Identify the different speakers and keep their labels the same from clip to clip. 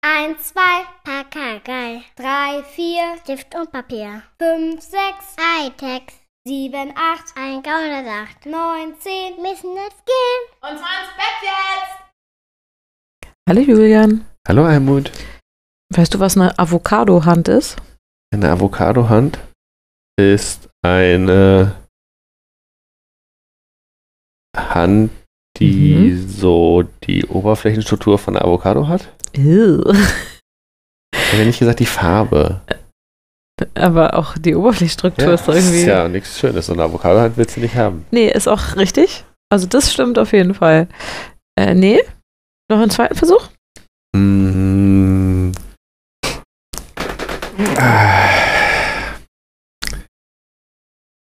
Speaker 1: Eins, zwei, Pakagei.
Speaker 2: Drei, vier,
Speaker 1: Stift und Papier.
Speaker 2: fünf, sechs,
Speaker 1: Hightech.
Speaker 2: sieben, acht,
Speaker 1: Ein Gaunersacht.
Speaker 2: neun, zehn.
Speaker 1: Müssen jetzt gehen.
Speaker 3: Und zwar ins Bett jetzt!
Speaker 4: Hallo Julian.
Speaker 5: Hallo Almut.
Speaker 4: Weißt du, was eine Avocado-Hand ist?
Speaker 5: Eine Avocado-Hand ist eine Hand, die so die Oberflächenstruktur von einer Avocado hat.
Speaker 4: Ew.
Speaker 5: Ich hätte nicht gesagt die Farbe.
Speaker 4: Aber auch die Oberflächenstruktur ist doch irgendwie.
Speaker 5: Ist ja nichts Schönes. So eine Avocado-Hand willst du nicht haben.
Speaker 4: Nee, ist auch richtig. Also das stimmt auf jeden Fall. Äh, nee. Noch einen zweiten Versuch?
Speaker 5: Mm. Ah.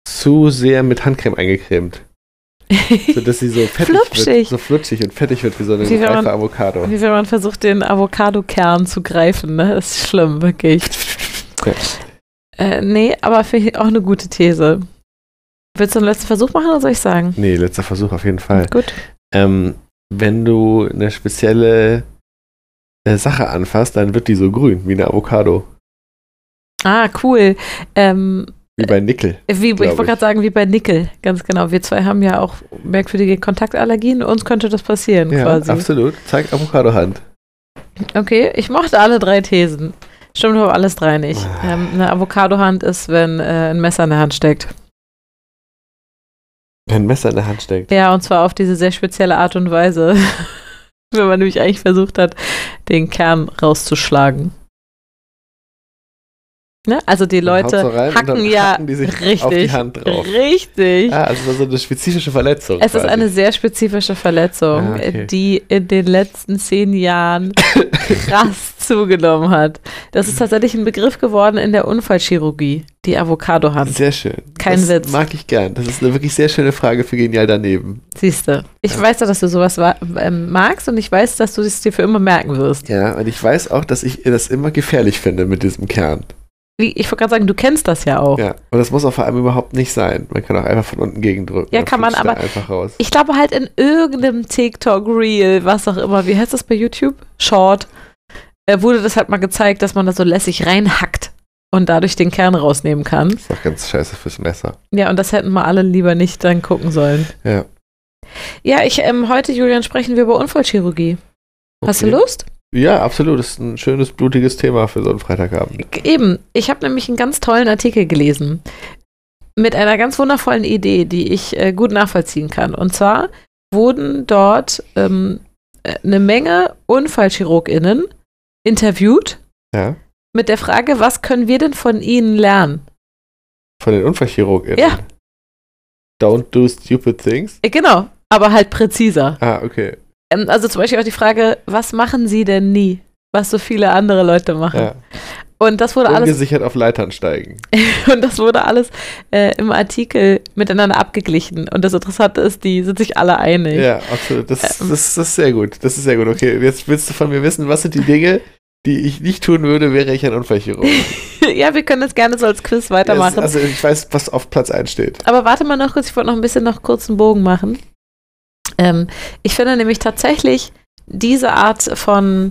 Speaker 5: Zu sehr mit Handcreme eingecremt. So, dass sie so fettig wird,
Speaker 4: Flupschig.
Speaker 5: so flutschig und fettig wird wie so eine
Speaker 4: Wie wenn man-
Speaker 5: reife Avocado.
Speaker 4: Wie wenn man versucht, den Avocado-Kern zu greifen, ne? Ist schlimm, wirklich.
Speaker 5: Ja.
Speaker 4: Äh, nee, aber finde ich auch eine gute These. Willst du einen letzten Versuch machen oder soll ich sagen?
Speaker 5: Nee, letzter Versuch auf jeden Fall.
Speaker 4: Gut.
Speaker 5: Ähm, wenn du eine spezielle äh, Sache anfasst, dann wird die so grün, wie eine Avocado.
Speaker 4: Ah, cool. Ähm,
Speaker 5: Wie bei Nickel.
Speaker 4: wie, ich
Speaker 5: Glaub
Speaker 4: wollte gerade
Speaker 5: ich.
Speaker 4: sagen, wie bei Nickel. Ganz genau. Wir zwei haben ja auch merkwürdige Kontaktallergien. Uns könnte das passieren,
Speaker 5: Ja,
Speaker 4: quasi.
Speaker 5: absolut. Zeig Avocado-Hand.
Speaker 4: Okay, ich mochte alle drei Thesen. Stimmt aber alles drei nicht.
Speaker 5: Ah.
Speaker 4: Ähm, eine Avocado-Hand ist, wenn äh, ein Messer in der Hand steckt.
Speaker 5: Wenn ein Messer in der Hand steckt.
Speaker 4: Ja, und zwar auf diese sehr spezielle Art und Weise. wenn man nämlich eigentlich versucht hat, den Kern rauszuschlagen. Ne? Also die
Speaker 5: Dann haut's
Speaker 4: Leute
Speaker 5: so rein und
Speaker 4: hacken
Speaker 5: dann
Speaker 4: ja
Speaker 5: hacken die sich
Speaker 4: richtig,
Speaker 5: auf die Hand drauf.
Speaker 4: richtig.
Speaker 5: Ah, also so eine spezifische Verletzung.
Speaker 4: Es ist
Speaker 5: quasi.
Speaker 4: eine sehr spezifische Verletzung,
Speaker 5: Ah, okay.
Speaker 4: die in den letzten zehn Jahren krass zugenommen hat. Das ist tatsächlich ein Begriff geworden in der Unfallchirurgie, die Avocado-Hand.
Speaker 5: Ah, Sehr schön.
Speaker 4: Kein
Speaker 5: das
Speaker 4: Witz.
Speaker 5: Mag ich gern. Das ist eine wirklich sehr schöne Frage für Genial daneben.
Speaker 4: Siehste, ich weiß ja, dass du sowas wa- ähm, magst und ich weiß, dass du es dir für immer merken wirst.
Speaker 5: Ja, und ich weiß auch, dass ich das immer gefährlich finde mit diesem Kern.
Speaker 4: Wie- Ich wollte gerade sagen, du kennst das ja auch.
Speaker 5: Ja, und das muss auch vor allem überhaupt nicht sein. Man kann auch einfach von unten gegendrücken.
Speaker 4: Ja,
Speaker 5: Dann
Speaker 4: kann man,
Speaker 5: flutscht der
Speaker 4: aber-
Speaker 5: einfach raus.
Speaker 4: Ich glaube halt in irgendeinem TikTok-Reel, was auch immer, wie heißt das bei YouTube? Short, äh, wurde das halt mal gezeigt, dass man da so lässig reinhackt und dadurch den Kern rausnehmen kann.
Speaker 5: Ist doch ganz scheiße fürs Messer.
Speaker 4: Ja, und das hätten wir alle lieber nicht dann gucken sollen.
Speaker 5: Ja.
Speaker 4: Ja, ich, ähm, heute, Julian, sprechen wir über Unfallchirurgie. Hast du
Speaker 5: Okay.
Speaker 4: Lust?
Speaker 5: Ja, absolut. Das ist ein schönes, blutiges Thema für so einen Freitagabend.
Speaker 4: G- Eben, ich habe nämlich einen ganz tollen Artikel gelesen mit einer ganz wundervollen Idee, die ich äh, gut nachvollziehen kann. Und zwar wurden dort ähm, äh, eine Menge UnfallchirurgInnen interviewt
Speaker 5: Ja.
Speaker 4: mit der Frage, was können wir denn von ihnen lernen?
Speaker 5: Von den Unfallchirurgen.
Speaker 4: Ja.
Speaker 5: Don't do stupid things.
Speaker 4: Äh, genau, aber halt präziser.
Speaker 5: Ah, okay.
Speaker 4: Ähm, also zum Beispiel auch die Frage, was machen sie denn nie? Was so viele andere Leute machen.
Speaker 5: Ja.
Speaker 4: Und das wurde alles,
Speaker 5: Ungesichert auf Leitern steigen.
Speaker 4: und das wurde alles äh, im Artikel miteinander abgeglichen. Und das Interessante ist, die sind sich alle einig.
Speaker 5: Ja, absolut. Das,
Speaker 4: Ähm.
Speaker 5: das, das ist sehr gut. Das ist sehr gut. Okay, jetzt willst du von mir wissen, was sind die Dinge, die ich nicht tun würde, wäre ich ein Unfallchirurg.
Speaker 4: ja, wir können das gerne so als Quiz
Speaker 5: Ja, es-
Speaker 4: weitermachen.
Speaker 5: also ich weiß, was auf Platz 1 steht.
Speaker 4: Aber warte mal noch kurz, ich wollte noch ein bisschen noch kurz einen Bogen machen. Ähm, ich finde nämlich tatsächlich diese Art von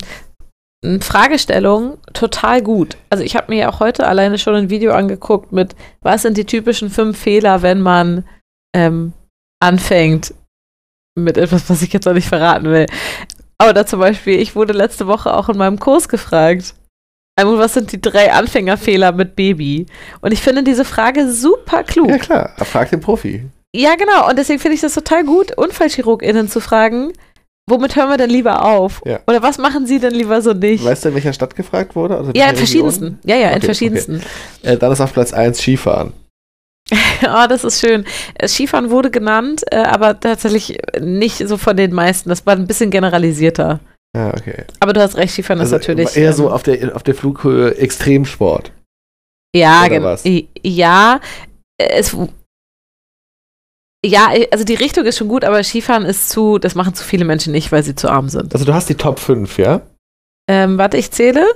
Speaker 4: ähm, Fragestellung total gut. Also ich habe mir ja auch heute alleine schon ein Video angeguckt mit, was sind die typischen fünf Fehler, wenn man ähm, anfängt mit etwas, was ich jetzt noch nicht verraten will. Oder zum Beispiel, ich wurde letzte Woche auch in meinem Kurs gefragt, Almut, was sind die drei Anfängerfehler mit Baby? Und ich finde diese Frage super klug.
Speaker 5: Ja, klar. Frag den Profi.
Speaker 4: Ja, genau. Und deswegen finde ich das total gut, UnfallchirurgInnen zu fragen, womit hören wir denn lieber auf?
Speaker 5: Ja.
Speaker 4: Oder was machen sie denn lieber so nicht?
Speaker 5: Weißt du, in welcher Stadt gefragt wurde? Also
Speaker 4: ja, in
Speaker 5: welcher Region?
Speaker 4: verschiedensten. Ja, ja, in
Speaker 5: Okay,
Speaker 4: verschiedensten.
Speaker 5: Äh, dann ist auf Platz 1 Skifahren.
Speaker 4: Oh, das ist schön. Äh, Skifahren wurde genannt, äh, aber tatsächlich nicht so von den meisten. Das war ein bisschen generalisierter.
Speaker 5: Ja, okay.
Speaker 4: Aber du hast recht, Skifahren ist natürlich.
Speaker 5: Also Eher
Speaker 4: ähm,
Speaker 5: so auf der, auf der Flughöhe Extremsport.
Speaker 4: Ja,
Speaker 5: Oder
Speaker 4: gen-
Speaker 5: was?
Speaker 4: i- Ja, äh, es. w- Ja, also die Richtung ist schon gut, aber Skifahren ist zu, das machen zu viele Menschen nicht, weil sie zu arm sind.
Speaker 5: Also du hast die Top 5, ja?
Speaker 4: Ähm, warte, ich zähle.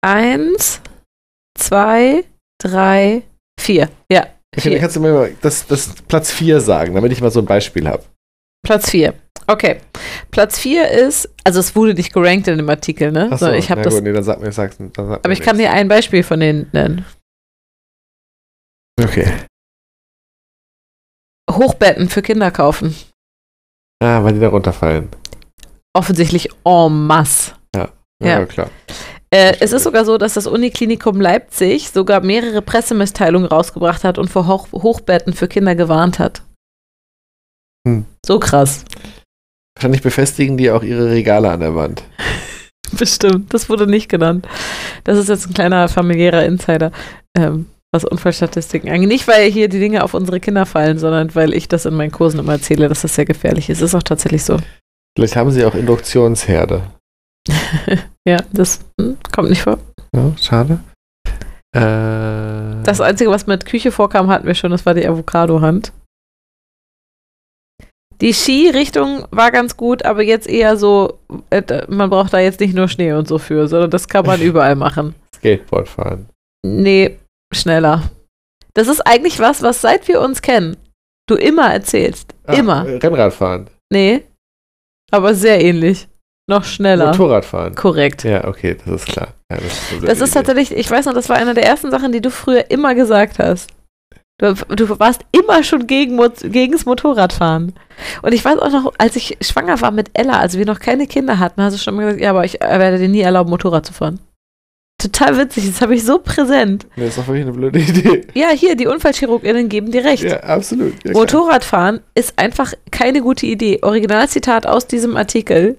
Speaker 4: Eins, zwei, drei, vier. Ja,
Speaker 5: Okay, dann
Speaker 4: vier.
Speaker 5: kannst du mir mal das, das Platz 4 sagen, damit ich mal so ein Beispiel habe.
Speaker 4: Platz vier. Okay. Platz 4 ist, also es wurde nicht gerankt in dem Artikel, ne?
Speaker 5: Achso,
Speaker 4: so, ich habe
Speaker 5: na
Speaker 4: das.
Speaker 5: Gut, nee, dann sag mir, sag's, dann sag mir
Speaker 4: Aber ich kann dir ein Beispiel von denen nennen.
Speaker 5: nichts. Okay.
Speaker 4: Hochbetten für Kinder kaufen.
Speaker 5: Ah, weil die da runterfallen.
Speaker 4: Offensichtlich en masse. Ja.
Speaker 5: klar.
Speaker 4: Äh,
Speaker 5: Verstehe.
Speaker 4: es ist sogar so, dass das Uniklinikum Leipzig sogar mehrere Pressemitteilungen rausgebracht hat und vor Hoch Hochbetten für Kinder gewarnt hat.
Speaker 5: Hm.
Speaker 4: So krass.
Speaker 5: Wahrscheinlich befestigen die auch ihre Regale an der Wand.
Speaker 4: Bestimmt. Das wurde nicht genannt. Das ist jetzt ein kleiner familiärer Insider, ähm, was Unfallstatistiken angeht. Nicht, weil hier die Dinge auf unsere Kinder fallen, sondern weil ich das in meinen Kursen immer erzähle, dass das sehr gefährlich ist. Ist auch tatsächlich so.
Speaker 5: Vielleicht haben sie auch Induktionsherde.
Speaker 4: ja, das hm, kommt nicht vor.
Speaker 5: Ja, schade. Äh,
Speaker 4: Das Einzige, was mit Küche vorkam, hatten wir schon, das war die Avocado-Hand. Die Skirichtung war ganz gut, aber jetzt eher so, äh, da- man braucht da jetzt nicht nur Schnee und so für, sondern das kann man überall machen.
Speaker 5: Skateboard fahren.
Speaker 4: Nee, schneller. Das ist eigentlich was, was seit wir uns kennen, du immer erzählst.
Speaker 5: Ah,
Speaker 4: Immer.
Speaker 5: äh, Rennrad fahren.
Speaker 4: Nee, aber sehr ähnlich. Noch schneller.
Speaker 5: Motorrad fahren.
Speaker 4: Korrekt.
Speaker 5: Ja, okay, das ist klar. Ja, das ist, eine blöde
Speaker 4: Das ist halt
Speaker 5: Idee.
Speaker 4: tatsächlich, ich weiß noch, das war eine der ersten Sachen, die du früher immer gesagt hast. Du, du warst immer schon gegen, Mo- gegens Motorradfahren. Und ich weiß auch noch, als ich schwanger war mit Ella, als wir noch keine Kinder hatten, hast du schon mal gesagt, ja, aber ich äh, werde dir nie erlauben, Motorrad zu fahren. Total witzig, das habe ich so präsent.
Speaker 5: Nee, Das ist doch wirklich eine blöde Idee.
Speaker 4: Ja, hier, die Unfallchirurginnen geben dir recht.
Speaker 5: Ja, absolut. Ja, klar.
Speaker 4: Motorradfahren ist einfach keine gute Idee. Originalzitat aus diesem Artikel.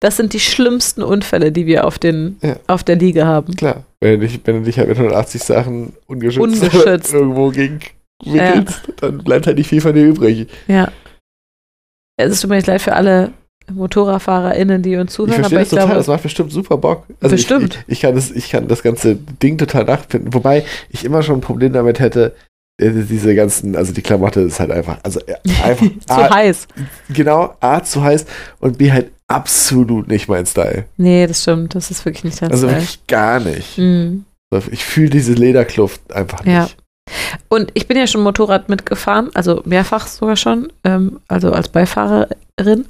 Speaker 4: Das sind die schlimmsten Unfälle, die wir auf, den,
Speaker 5: Ja.
Speaker 4: auf der Liege haben.
Speaker 5: Klar. Wenn du dich, wenn du dich halt mit 180 Sachen ungeschützt,
Speaker 4: Ungeschützt.
Speaker 5: irgendwo gegen wickelst, dann bleibt halt nicht viel von dir übrig.
Speaker 4: Ja. Es tut mir jetzt leid für alle MotorradfahrerInnen, die uns
Speaker 5: Ich
Speaker 4: zuhören,
Speaker 5: verstehe
Speaker 4: aber
Speaker 5: das
Speaker 4: ich
Speaker 5: total,
Speaker 4: glaube,
Speaker 5: das macht bestimmt super Bock. Also
Speaker 4: Bestimmt.
Speaker 5: Ich, ich, kann das, ich kann das ganze Ding total nachfinden. Wobei ich immer schon ein Problem damit hätte, äh, diese ganzen, also die Klamotte ist halt einfach, also äh, einfach
Speaker 4: zu
Speaker 5: A,
Speaker 4: heiß.
Speaker 5: genau, A zu heiß und B halt absolut nicht mein Style.
Speaker 4: Nee, das stimmt. Das ist wirklich nicht dein
Speaker 5: Also
Speaker 4: Style.
Speaker 5: wirklich gar nicht. Also
Speaker 4: Mhm.
Speaker 5: Ich fühle diese Lederkluft einfach
Speaker 4: Ja.
Speaker 5: nicht.
Speaker 4: Und ich bin ja schon Motorrad mitgefahren, also mehrfach sogar schon, ähm, also als Beifahrerin.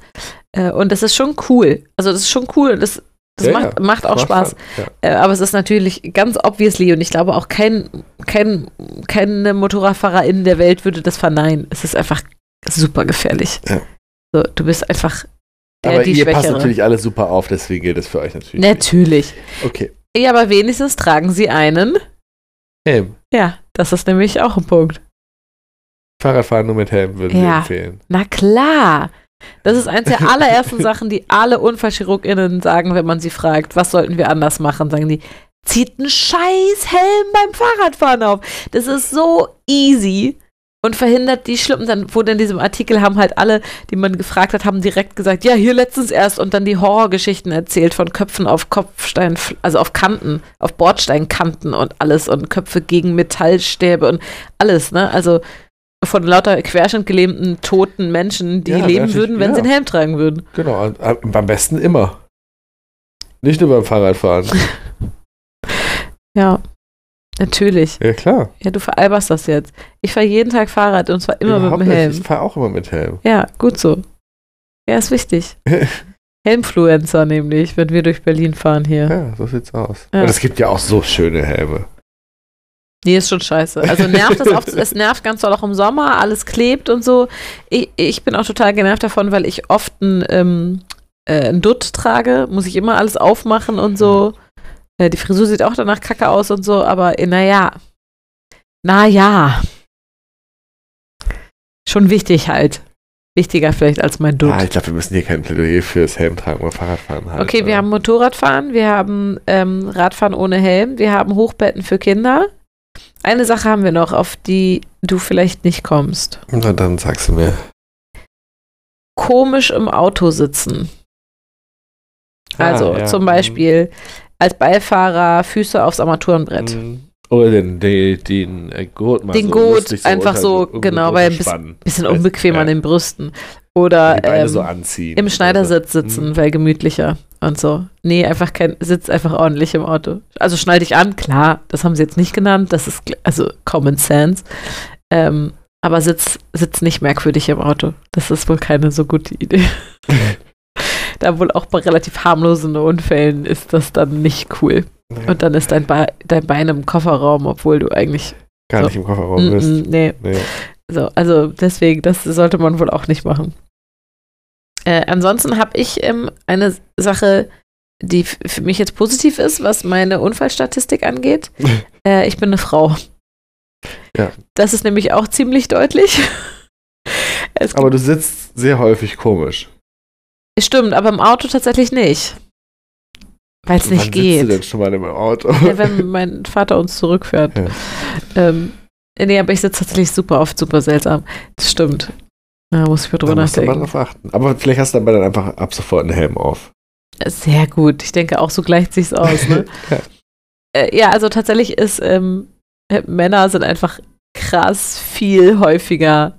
Speaker 4: Äh, und das ist schon cool. Also das ist schon cool. und Das, das
Speaker 5: Ja,
Speaker 4: macht,
Speaker 5: ja.
Speaker 4: macht auch
Speaker 5: Macht
Speaker 4: Spaß.
Speaker 5: Ja.
Speaker 4: Äh, aber es ist natürlich ganz obviously und ich glaube auch kein, kein, keine Motorradfahrerin der Welt würde das verneinen. Es ist einfach super gefährlich.
Speaker 5: Ja.
Speaker 4: So, du bist einfach der,
Speaker 5: Aber
Speaker 4: die
Speaker 5: ihr passt
Speaker 4: Schwächere.
Speaker 5: natürlich alle super auf, deswegen gilt das für euch natürlich.
Speaker 4: Natürlich.
Speaker 5: nicht. Okay.
Speaker 4: Ja, aber wenigstens tragen sie einen.
Speaker 5: Helm.
Speaker 4: Ja, das ist nämlich auch ein Punkt.
Speaker 5: Fahrradfahren nur mit Helm würden wir
Speaker 4: Ja.
Speaker 5: empfehlen.
Speaker 4: Na klar. Das ist eins der allerersten Sachen, die alle UnfallchirurgInnen sagen, wenn man sie fragt, was sollten wir anders machen, sagen die, zieht einen scheiß Helm beim Fahrradfahren auf. Das ist so easy und verhindert die schlimmen. Dann wurde in diesem Artikel, haben halt alle, die man gefragt hat, haben direkt gesagt, ja, hier letztens erst und dann die Horrorgeschichten erzählt von Köpfen auf Kopfstein, also auf Kanten, auf Bordsteinkanten und alles und Köpfe gegen Metallstäbe und alles, ne? Also von lauter querschnittgelähmten, toten Menschen, die
Speaker 5: Ja,
Speaker 4: leben
Speaker 5: natürlich,
Speaker 4: würden, wenn sie
Speaker 5: ja.
Speaker 4: einen Helm tragen würden.
Speaker 5: Genau. Und am am besten immer. Nicht nur beim Fahrradfahren.
Speaker 4: Ja. Natürlich.
Speaker 5: Ja, klar.
Speaker 4: Ja, du veralberst das jetzt. Ich fahre jeden Tag Fahrrad und zwar immer
Speaker 5: Überhaupt
Speaker 4: mit dem
Speaker 5: nicht.
Speaker 4: Helm.
Speaker 5: Ich fahre auch immer mit Helm.
Speaker 4: Ja, gut so. Ja, ist wichtig. Helmfluencer nämlich, wenn wir durch Berlin fahren hier.
Speaker 5: Ja, so sieht's aus.
Speaker 4: Ja.
Speaker 5: Und es gibt ja auch so schöne Helme.
Speaker 4: Nee, ist schon scheiße. Also nervt es auch, es nervt ganz doll auch im Sommer, alles klebt und so. Ich, ich bin auch total genervt davon, weil ich oft einen, ähm, äh, einen Dutt trage, muss ich immer alles aufmachen und so. Äh, die Frisur sieht auch danach kacke aus und so, aber äh, naja. Naja. Schon wichtig halt. Wichtiger vielleicht als mein Dutt.
Speaker 5: Ah, ich glaube, wir müssen hier kein Plädoyer fürs Helm tragen oder Fahrradfahren halt, ne? halten.
Speaker 4: Okay, wir haben Motorradfahren, wir haben ähm, Radfahren ohne Helm, wir haben Hochbetten für Kinder. Eine Sache haben wir noch, auf die du vielleicht nicht kommst.
Speaker 5: Na, dann sagst du mir.
Speaker 4: Komisch im Auto sitzen. Also
Speaker 5: Ah, ja.
Speaker 4: zum Beispiel als Beifahrer Füße aufs Armaturenbrett.
Speaker 5: Mhm. Oder den, den, den äh, Gurt mal
Speaker 4: Den
Speaker 5: so
Speaker 4: Gurt
Speaker 5: lustig
Speaker 4: einfach
Speaker 5: unter-
Speaker 4: so,
Speaker 5: irgendwo
Speaker 4: genau, weil ein
Speaker 5: runterspannen.
Speaker 4: Bisschen
Speaker 5: Weißt-
Speaker 4: unbequem
Speaker 5: ja.
Speaker 4: an den Brüsten.
Speaker 5: die
Speaker 4: Oder
Speaker 5: Beine
Speaker 4: ähm,
Speaker 5: so anziehen.
Speaker 4: im Schneidersitz
Speaker 5: Also,
Speaker 4: sitzen, weil gemütlicher und so. Nee, einfach kein, sitz einfach ordentlich im Auto. Also schnall dich an, klar, das haben sie jetzt nicht genannt, das ist gl- also Common Sense. Ähm, Aber sitz, sitz nicht merkwürdig im Auto. Das ist wohl keine so gute Idee. da wohl auch bei relativ harmlosen Unfällen ist das dann nicht cool. Und dann ist dein, ba dein Bein im Kofferraum, obwohl du eigentlich.
Speaker 5: Gar
Speaker 4: so.
Speaker 5: nicht im Kofferraum
Speaker 4: Mm
Speaker 5: bist.
Speaker 4: -mm, nee.
Speaker 5: Nee.
Speaker 4: So, also deswegen, das sollte man wohl auch nicht machen. Äh, ansonsten habe ich ähm, eine Sache, die f- für mich jetzt positiv ist, was meine Unfallstatistik angeht. Äh, ich bin eine Frau.
Speaker 5: Ja.
Speaker 4: Das ist nämlich auch ziemlich deutlich. Es gibt,
Speaker 5: Aber du sitzt sehr häufig komisch.
Speaker 4: stimmt, aber im Auto tatsächlich nicht. Weil es nicht
Speaker 5: Wann Sitzt du
Speaker 4: geht.
Speaker 5: denn schon mal im Auto?
Speaker 4: Ja, wenn mein Vater uns zurückfährt.
Speaker 5: Ja.
Speaker 4: Ähm, nee, aber ich sitze tatsächlich super oft, super seltsam. Das stimmt. Da muss ich mal drüber
Speaker 5: da musst du mal
Speaker 4: nachdenken.
Speaker 5: drauf achten. Aber vielleicht hast du dabei dann einfach ab sofort einen Helm auf.
Speaker 4: Sehr gut. Ich denke, auch so gleicht sich's aus. Ne?
Speaker 5: Ja.
Speaker 4: äh, ja, also tatsächlich ist ähm, äh, Männer sind einfach krass viel häufiger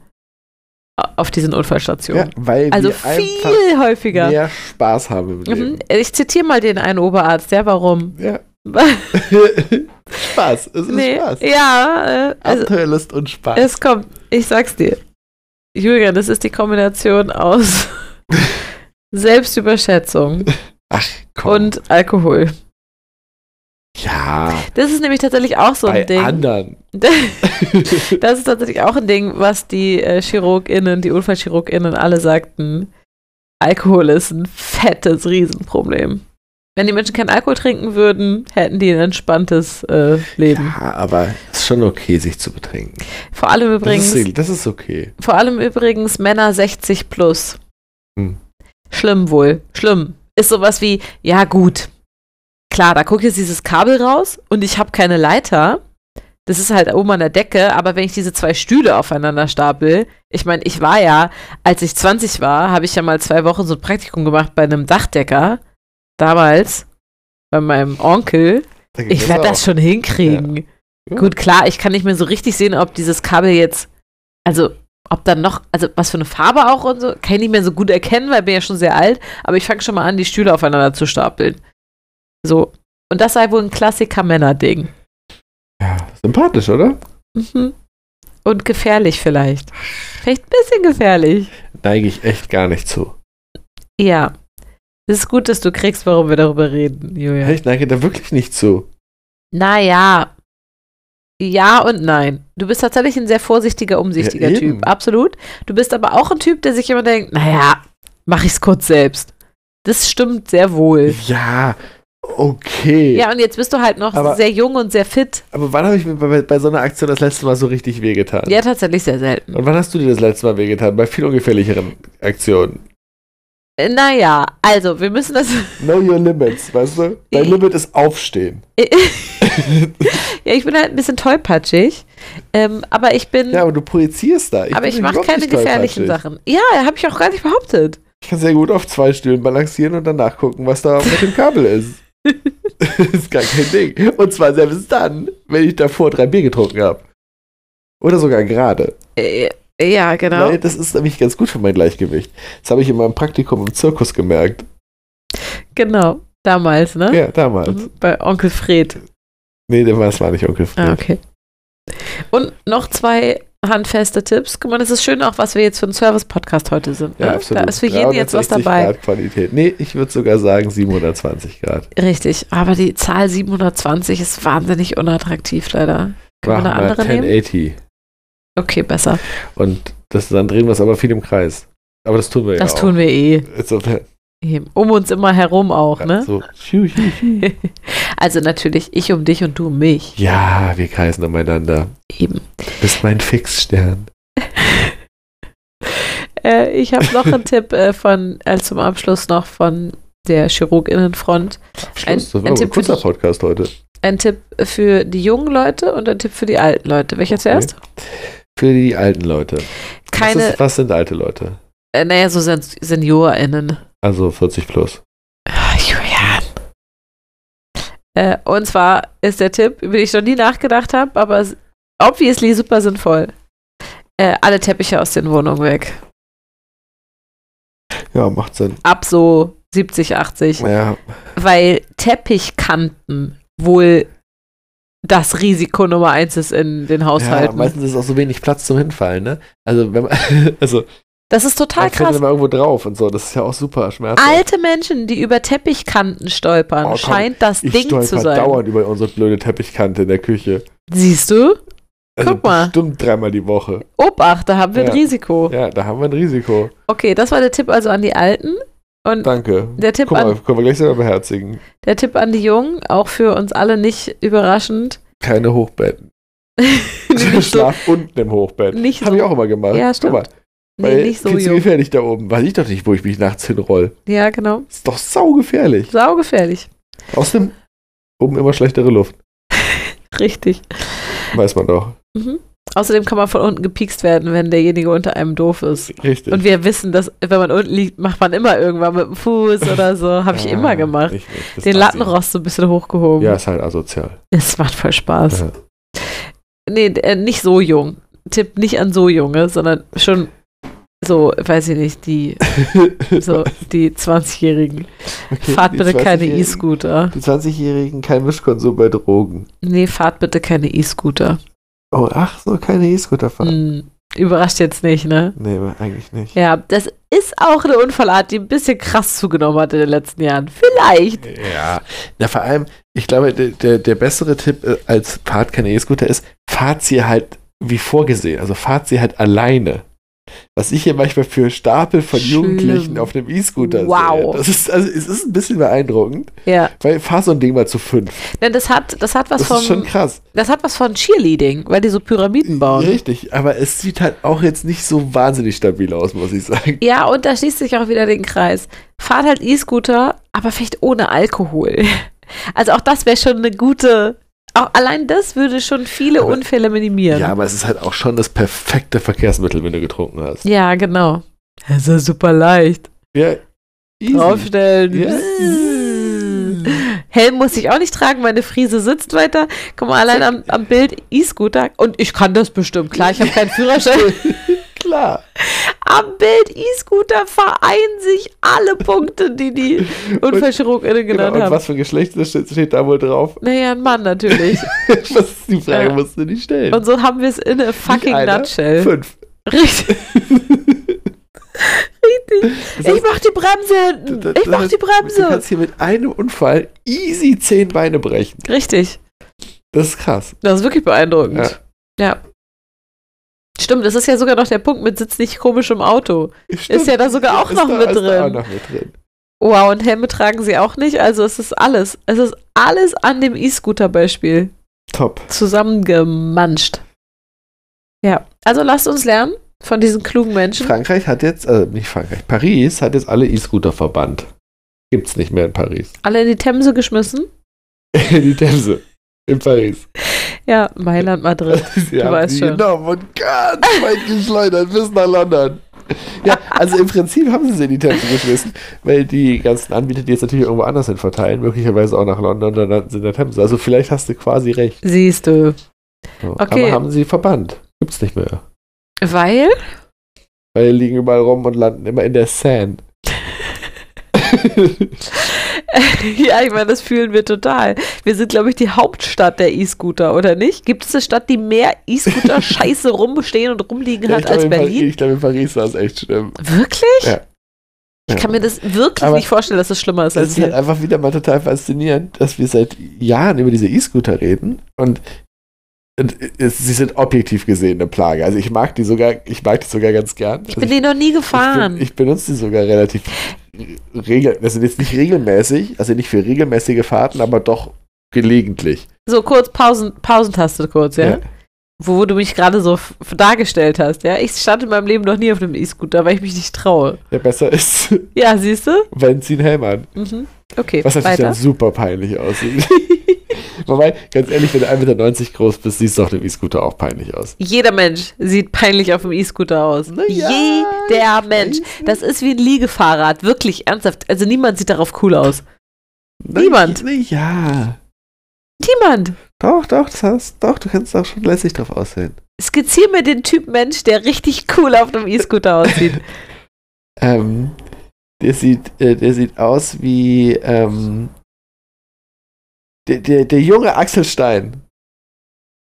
Speaker 4: au- auf diesen
Speaker 5: Ja,
Speaker 4: Unfallstationen.
Speaker 5: weil
Speaker 4: also
Speaker 5: wir einfach
Speaker 4: viel häufiger.
Speaker 5: mehr Spaß haben im Leben.
Speaker 4: Mhm. Ich zitiere mal den einen Oberarzt, ja, warum?
Speaker 5: Ja. Spaß. Es ist Spaß.
Speaker 4: Ja, äh, also,
Speaker 5: Abenteuerlust und Spaß.
Speaker 4: es kommt, ich sag's dir. Julian, das ist die Kombination aus Selbstüberschätzung
Speaker 5: Ach komm.
Speaker 4: und Alkohol.
Speaker 5: ja,
Speaker 4: Das ist nämlich tatsächlich auch so ein
Speaker 5: bei
Speaker 4: Ding.
Speaker 5: anderen.
Speaker 4: Das ist tatsächlich auch ein Ding, was die äh, ChirurgInnen, die UnfallchirurgInnen alle sagten. Alkohol ist ein fettes Riesenproblem. Wenn die Menschen keinen Alkohol trinken würden, hätten die ein entspanntes äh, Leben.
Speaker 5: ja, aber es ist schon okay, sich zu betrinken.
Speaker 4: Vor allem
Speaker 5: Das
Speaker 4: übrigens,
Speaker 5: ist, das ist okay.
Speaker 4: vor allem übrigens Männer 60 plus.
Speaker 5: Hm.
Speaker 4: Schlimm wohl. Schlimm. Ist sowas wie, ja gut. Klar, da guckt jetzt dieses Kabel raus und ich habe keine Leiter. Das ist halt oben an der Decke, aber wenn ich diese zwei Stühle aufeinander stapel, ich meine, ich war ja, als ich 20 war, habe ich ja mal zwei Wochen so ein Praktikum gemacht bei einem Dachdecker. Damals. Bei meinem Onkel.
Speaker 5: Da geht
Speaker 4: Ich werde das
Speaker 5: auch.
Speaker 4: schon hinkriegen.
Speaker 5: Ja.
Speaker 4: Gut, klar, ich kann nicht mehr so richtig sehen, ob dieses Kabel jetzt, also ob dann noch, also was für eine Farbe auch und so, kann ich nicht mehr so gut erkennen, weil ich bin ja schon sehr alt, aber ich fange schon mal an, die Stühle aufeinander zu stapeln. So. Und das sei wohl ein Klassiker-Männer-Ding.
Speaker 5: Ja, sympathisch, oder?
Speaker 4: Mhm. Und gefährlich vielleicht. Vielleicht ein bisschen gefährlich.
Speaker 5: Neige ich echt gar nicht zu.
Speaker 4: Ja. Es ist gut, dass du kriegst, warum wir darüber reden, Julia.
Speaker 5: Ich neige da wirklich nicht zu.
Speaker 4: Naja. Ja und nein. Du bist tatsächlich ein sehr vorsichtiger, umsichtiger
Speaker 5: Ja, eben.
Speaker 4: Typ. Absolut. Du bist aber auch ein Typ, der sich immer denkt, naja, mach ich's kurz selbst. Das stimmt sehr wohl.
Speaker 5: Ja, okay.
Speaker 4: Ja, und jetzt bist du halt noch
Speaker 5: Aber-
Speaker 4: sehr jung und sehr fit.
Speaker 5: Aber wann habe ich mir bei, bei so einer Aktion das letzte Mal so richtig wehgetan?
Speaker 4: Ja, tatsächlich sehr selten.
Speaker 5: Und wann hast du dir das letzte Mal wehgetan? Bei viel ungefährlicheren Aktionen.
Speaker 4: Äh, Naja, also, wir müssen das.
Speaker 5: Know your limits, weißt du? Dein
Speaker 4: Ich-
Speaker 5: Limit ist aufstehen.
Speaker 4: ja, ich bin halt ein bisschen tollpatschig. Ähm, aber ich bin.
Speaker 5: Ja, aber du projizierst da.
Speaker 4: aber
Speaker 5: bin
Speaker 4: ich mache
Speaker 5: überhaupt
Speaker 4: keine
Speaker 5: nicht
Speaker 4: gefährlichen
Speaker 5: tollpatschig.
Speaker 4: Sachen. Ja, habe ich auch gar nicht behauptet.
Speaker 5: Ich kann sehr gut auf zwei Stühlen balancieren und dann nachgucken, was da mit dem Kabel ist. ist gar kein Ding. Und zwar selbst dann, wenn ich davor drei Bier getrunken habe. Oder sogar gerade.
Speaker 4: Äh, Ja, genau.
Speaker 5: Weil das ist nämlich ganz gut für mein Gleichgewicht. Das habe ich in meinem Praktikum im Zirkus gemerkt.
Speaker 4: Genau. Damals, ne?
Speaker 5: Ja, damals.
Speaker 4: Mhm, Bei Onkel Fred.
Speaker 5: Nee, der war- das war nicht Onkel Fred.
Speaker 4: Ah, okay. Und noch zwei handfeste Tipps. Guck mal, das ist schön auch, was wir jetzt für einen Service-Podcast heute sind.
Speaker 5: Ja,
Speaker 4: ne?
Speaker 5: absolut.
Speaker 4: Da ist für jeden jetzt was
Speaker 5: 360
Speaker 4: dabei.
Speaker 5: Grad Qualität. Nee, ich würde sogar sagen 720 Grad.
Speaker 4: Richtig. Aber die Zahl 720 ist wahnsinnig unattraktiv, leider. Können
Speaker 5: Mach
Speaker 4: wir eine
Speaker 5: mal
Speaker 4: andere nehmen?
Speaker 5: 1080. E.
Speaker 4: Okay, besser.
Speaker 5: Und das, dann drehen wir es aber viel im Kreis. Aber das tun wir
Speaker 4: Das
Speaker 5: ja
Speaker 4: tun wir eh.
Speaker 5: auch. Also,
Speaker 4: Eben. Um uns immer herum auch, ne?
Speaker 5: so, schiu, schiu, schiu.
Speaker 4: Also natürlich ich um dich und du um mich.
Speaker 5: Ja, wir kreisen umeinander.
Speaker 4: Eben.
Speaker 5: Du bist mein Fixstern.
Speaker 4: Äh, ich habe noch einen Tipp äh, von, äh, zum Abschluss noch von der Chirurginnenfront. Ein-
Speaker 5: Schluss, das
Speaker 4: ein
Speaker 5: war aber
Speaker 4: Tipp
Speaker 5: ein
Speaker 4: für
Speaker 5: kurzer
Speaker 4: dich.
Speaker 5: Podcast heute.
Speaker 4: Ein Tipp für die jungen Leute und ein Tipp für die alten Leute. Welcher
Speaker 5: Okay.
Speaker 4: zuerst?
Speaker 5: Für die alten Leute.
Speaker 4: Keine,
Speaker 5: Was, ist, was sind alte Leute?
Speaker 4: äh, naja, so Sen SeniorInnen.
Speaker 5: Also 40 plus.
Speaker 4: Ah, Julian. Äh, und zwar ist der Tipp, über den ich noch nie nachgedacht habe, aber es- obviously super sinnvoll. Äh, alle Teppiche aus den Wohnungen weg.
Speaker 5: Ja, macht Sinn.
Speaker 4: Ab so 70, 80.
Speaker 5: Ja,
Speaker 4: Weil Teppichkanten wohl das Risiko Nummer eins ist in den
Speaker 5: Ja,
Speaker 4: Haushalten.
Speaker 5: meistens ist auch so wenig Platz zum Hinfallen, ne? Also, wenn man, also,
Speaker 4: das ist total
Speaker 5: man fällt
Speaker 4: krass.
Speaker 5: immer irgendwo drauf und so. Das ist ja auch super schmerzhaft.
Speaker 4: Alte Menschen, die über Teppichkanten stolpern,
Speaker 5: Oh, komm,
Speaker 4: scheint das
Speaker 5: ich
Speaker 4: Ding zu
Speaker 5: stolper
Speaker 4: sein.
Speaker 5: dauernd über unsere blöde Teppichkante in der Küche.
Speaker 4: Siehst du?
Speaker 5: Also
Speaker 4: Guck mal.
Speaker 5: Bestimmt dreimal die Woche.
Speaker 4: Obacht, da haben wir
Speaker 5: Ja.
Speaker 4: ein Risiko.
Speaker 5: Ja, da haben wir ein Risiko.
Speaker 4: Okay, das war der Tipp also an die Alten. Und
Speaker 5: Danke.
Speaker 4: der Tipp
Speaker 5: Guck mal,
Speaker 4: an
Speaker 5: können wir gleich selber beherzigen.
Speaker 4: Der Tipp an die Jungen, auch für uns alle nicht überraschend.
Speaker 5: Keine Hochbetten.
Speaker 4: Nicht so,
Speaker 5: Schlaf unten im Hochbett.
Speaker 4: nicht
Speaker 5: Habe
Speaker 4: so-
Speaker 5: ich auch immer gemacht.
Speaker 4: Ja,
Speaker 5: Guck mal,
Speaker 4: nee,
Speaker 5: weil
Speaker 4: nicht so
Speaker 5: viel zu
Speaker 4: jung.
Speaker 5: gefährlich da oben. Weiß ich doch nicht, wo ich mich nachts hinroll.
Speaker 4: Ja, genau.
Speaker 5: Ist doch saugefährlich.
Speaker 4: Saugefährlich.
Speaker 5: Außerdem oben immer schlechtere Luft.
Speaker 4: Richtig.
Speaker 5: Weiß man doch.
Speaker 4: Mhm. Außerdem kann man von unten gepiekst werden, wenn derjenige unter einem doof ist.
Speaker 5: Richtig.
Speaker 4: Und wir wissen, dass wenn man unten liegt, macht man immer irgendwann mit dem Fuß oder so. Habe ich
Speaker 5: Ah,
Speaker 4: immer gemacht.
Speaker 5: ich nicht. Das
Speaker 4: Den
Speaker 5: darf ich
Speaker 4: Lattenrost so ein bisschen hochgehoben.
Speaker 5: nicht. Ja, ist halt asozial.
Speaker 4: Es macht voll Spaß.
Speaker 5: Ja.
Speaker 4: Nee, äh, nicht so jung. Tipp nicht an so junge, sondern schon so, weiß ich nicht, die, so, die 20-Jährigen.
Speaker 5: Okay,
Speaker 4: Fahrt
Speaker 5: die
Speaker 4: bitte keine
Speaker 5: 20-Jährigen.
Speaker 4: E-Scooter.
Speaker 5: Die 20-Jährigen kein Mischkonsum bei Drogen.
Speaker 4: Nee, fahrt bitte keine E-Scooter.
Speaker 5: Oh, ach so, keine E-Scooter fahren.
Speaker 4: Hm, überrascht jetzt nicht, ne?
Speaker 5: Nee, eigentlich nicht.
Speaker 4: Ja, das ist auch eine Unfallart, die ein bisschen krass zugenommen hat in den letzten Jahren. Vielleicht.
Speaker 5: Ja, na vor allem, ich glaube, der, der, der bessere Tipp äh, als fahrt keine E-Scooter ist, fahrt sie halt wie vorgesehen, also fahrt sie halt alleine. Was ich hier manchmal für Stapel von
Speaker 4: Schlimm.
Speaker 5: Jugendlichen auf einem E-Scooter sehe.
Speaker 4: Wow.
Speaker 5: Das ist, also, es ist ein bisschen beeindruckend,
Speaker 4: Ja.
Speaker 5: weil fahr so ein Ding mal zu fünf.
Speaker 4: Denn das hat, das hat was
Speaker 5: Das ist schon
Speaker 4: von,
Speaker 5: krass.
Speaker 4: das hat was von Cheerleading, weil die so Pyramiden bauen.
Speaker 5: Richtig, aber es sieht halt auch jetzt nicht so wahnsinnig stabil aus, muss ich sagen.
Speaker 4: Ja, und da schließt sich auch wieder den Kreis. Fahrt halt E-Scooter, aber vielleicht ohne Alkohol. Also auch das wäre schon eine gute, auch allein das würde schon viele
Speaker 5: Aber-
Speaker 4: Unfälle
Speaker 5: Ja.
Speaker 4: minimieren.
Speaker 5: aber es ist halt auch schon das perfekte Verkehrsmittel, wenn du getrunken hast.
Speaker 4: Ja, genau. Das ist ja super leicht.
Speaker 5: Ja, easy.
Speaker 4: Draufstellen.
Speaker 5: Ja.
Speaker 4: Helm muss ich auch nicht tragen, meine Friese sitzt weiter. Guck mal, allein am, am Bild E-Scooter. Und ich kann das bestimmt, klar, ich habe keinen Führerschein. Genau,
Speaker 5: Klar.
Speaker 4: am Bild E-Scooter vereinen sich alle Punkte, die die Unfallchirurginnen
Speaker 5: Genau,
Speaker 4: genannt
Speaker 5: und
Speaker 4: haben.
Speaker 5: was für Geschlecht das steht, steht da wohl drauf?
Speaker 4: Naja, ein Mann natürlich.
Speaker 5: Was ist die Frage,
Speaker 4: Ja.
Speaker 5: musst du nicht stellen.
Speaker 4: Und so haben wir es in a fucking
Speaker 5: einer,
Speaker 4: nutshell.
Speaker 5: Fünf.
Speaker 4: Richtig. Richtig.
Speaker 5: heißt,
Speaker 4: ich mach die Bremse hinten. Ich mach die
Speaker 5: Du
Speaker 4: Bremse.
Speaker 5: kannst hier mit einem Unfall easy zehn Beine brechen.
Speaker 4: Richtig.
Speaker 5: Das ist krass.
Speaker 4: Das ist wirklich beeindruckend. Ja. Stimmt, das ist ja sogar noch der Punkt mit sitzt nicht komisch im Auto. Ist ja da sogar auch
Speaker 5: ist
Speaker 4: noch
Speaker 5: da,
Speaker 4: mit
Speaker 5: ist Da auch
Speaker 4: drin.
Speaker 5: noch mit drin.
Speaker 4: Wow, und Helme tragen sie auch nicht. Also es ist alles. Es ist alles an dem E-Scooter-Beispiel
Speaker 5: Top.
Speaker 4: zusammengemanscht. Ja, also lasst uns lernen von diesen klugen Menschen.
Speaker 5: Frankreich hat jetzt, äh, nicht Frankreich, Paris hat jetzt alle E-Scooter verbannt. Gibt's nicht mehr in Paris.
Speaker 4: Alle in die Themse geschmissen.
Speaker 5: die Themse. In Paris.
Speaker 4: Ja, Mailand, Madrid.
Speaker 5: Sie haben
Speaker 4: weißt
Speaker 5: sie
Speaker 4: schon.
Speaker 5: genommen und ganz weit geschleudert bis nach London. Ja, also im Prinzip haben sie sie in die Teppiche geschmissen, weil die ganzen Anbieter die jetzt natürlich irgendwo anders hin verteilen, möglicherweise auch nach London, dann landen sie in der Themse. Also vielleicht hast du quasi recht.
Speaker 4: Siehst du.
Speaker 5: So.
Speaker 4: Okay.
Speaker 5: Aber haben sie verbannt. Gibt's nicht mehr.
Speaker 4: Weil?
Speaker 5: Weil die liegen überall rum und landen immer in der Sand.
Speaker 4: ja, ich meine, das fühlen wir total. Wir sind, glaube ich, die Hauptstadt der E-Scooter, oder nicht? Gibt es eine Stadt, die mehr E-Scooter scheiße rumstehen und rumliegen
Speaker 5: Ja,
Speaker 4: hat
Speaker 5: ich glaube,
Speaker 4: als
Speaker 5: in Par-
Speaker 4: Berlin?
Speaker 5: Ich glaube, in Paris war es echt schlimm.
Speaker 4: Wirklich?
Speaker 5: Ja.
Speaker 4: Ich kann mir das wirklich
Speaker 5: Aber
Speaker 4: nicht vorstellen, dass das schlimmer ist
Speaker 5: Das
Speaker 4: als
Speaker 5: ist halt
Speaker 4: hier.
Speaker 5: einfach wieder mal total faszinierend, dass wir seit Jahren über diese E-Scooter reden und, und es, sie sind objektiv gesehen eine Plage. Also ich mag die sogar, ich mag die sogar ganz gern. Also
Speaker 4: Ich bin die noch nie gefahren.
Speaker 5: Ich, benutze die sogar relativ regel, also jetzt nicht regelmäßig, also nicht für regelmäßige Fahrten, aber doch gelegentlich.
Speaker 4: so, kurz Pausen, Pausentaste kurz, ja?
Speaker 5: Ja.
Speaker 4: Wo, wo du mich gerade so f- dargestellt hast, ja? Ich stand in meinem Leben noch nie auf einem E-Scooter, weil ich mich nicht traue.
Speaker 5: Der besser ist,
Speaker 4: Ja, siehst du?
Speaker 5: wenn sie einen Helm an.
Speaker 4: Mhm. Okay,
Speaker 5: Was natürlich dann
Speaker 4: weiter.
Speaker 5: super peinlich aussieht. Wobei, ganz ehrlich, wenn du 1,90 Meter groß bist, siehst du auf dem E-Scooter auch peinlich aus.
Speaker 4: Jeder Mensch sieht peinlich auf dem E-Scooter aus.
Speaker 5: Na ja,
Speaker 4: Jeder Mensch. Das ist wie ein Liegefahrrad, wirklich ernsthaft. Also niemand sieht darauf cool aus.
Speaker 5: Na,
Speaker 4: Niemand.
Speaker 5: na Ja.
Speaker 4: Niemand.
Speaker 5: Doch, doch, das hast, doch, du kannst auch schon lässig drauf aussehen.
Speaker 4: Skizzier mir den Typ Mensch, der richtig cool auf einem E-Scooter aussieht.
Speaker 5: Ähm, der sieht, äh, der sieht aus wie, ähm, der, der, der junge Axel Stein.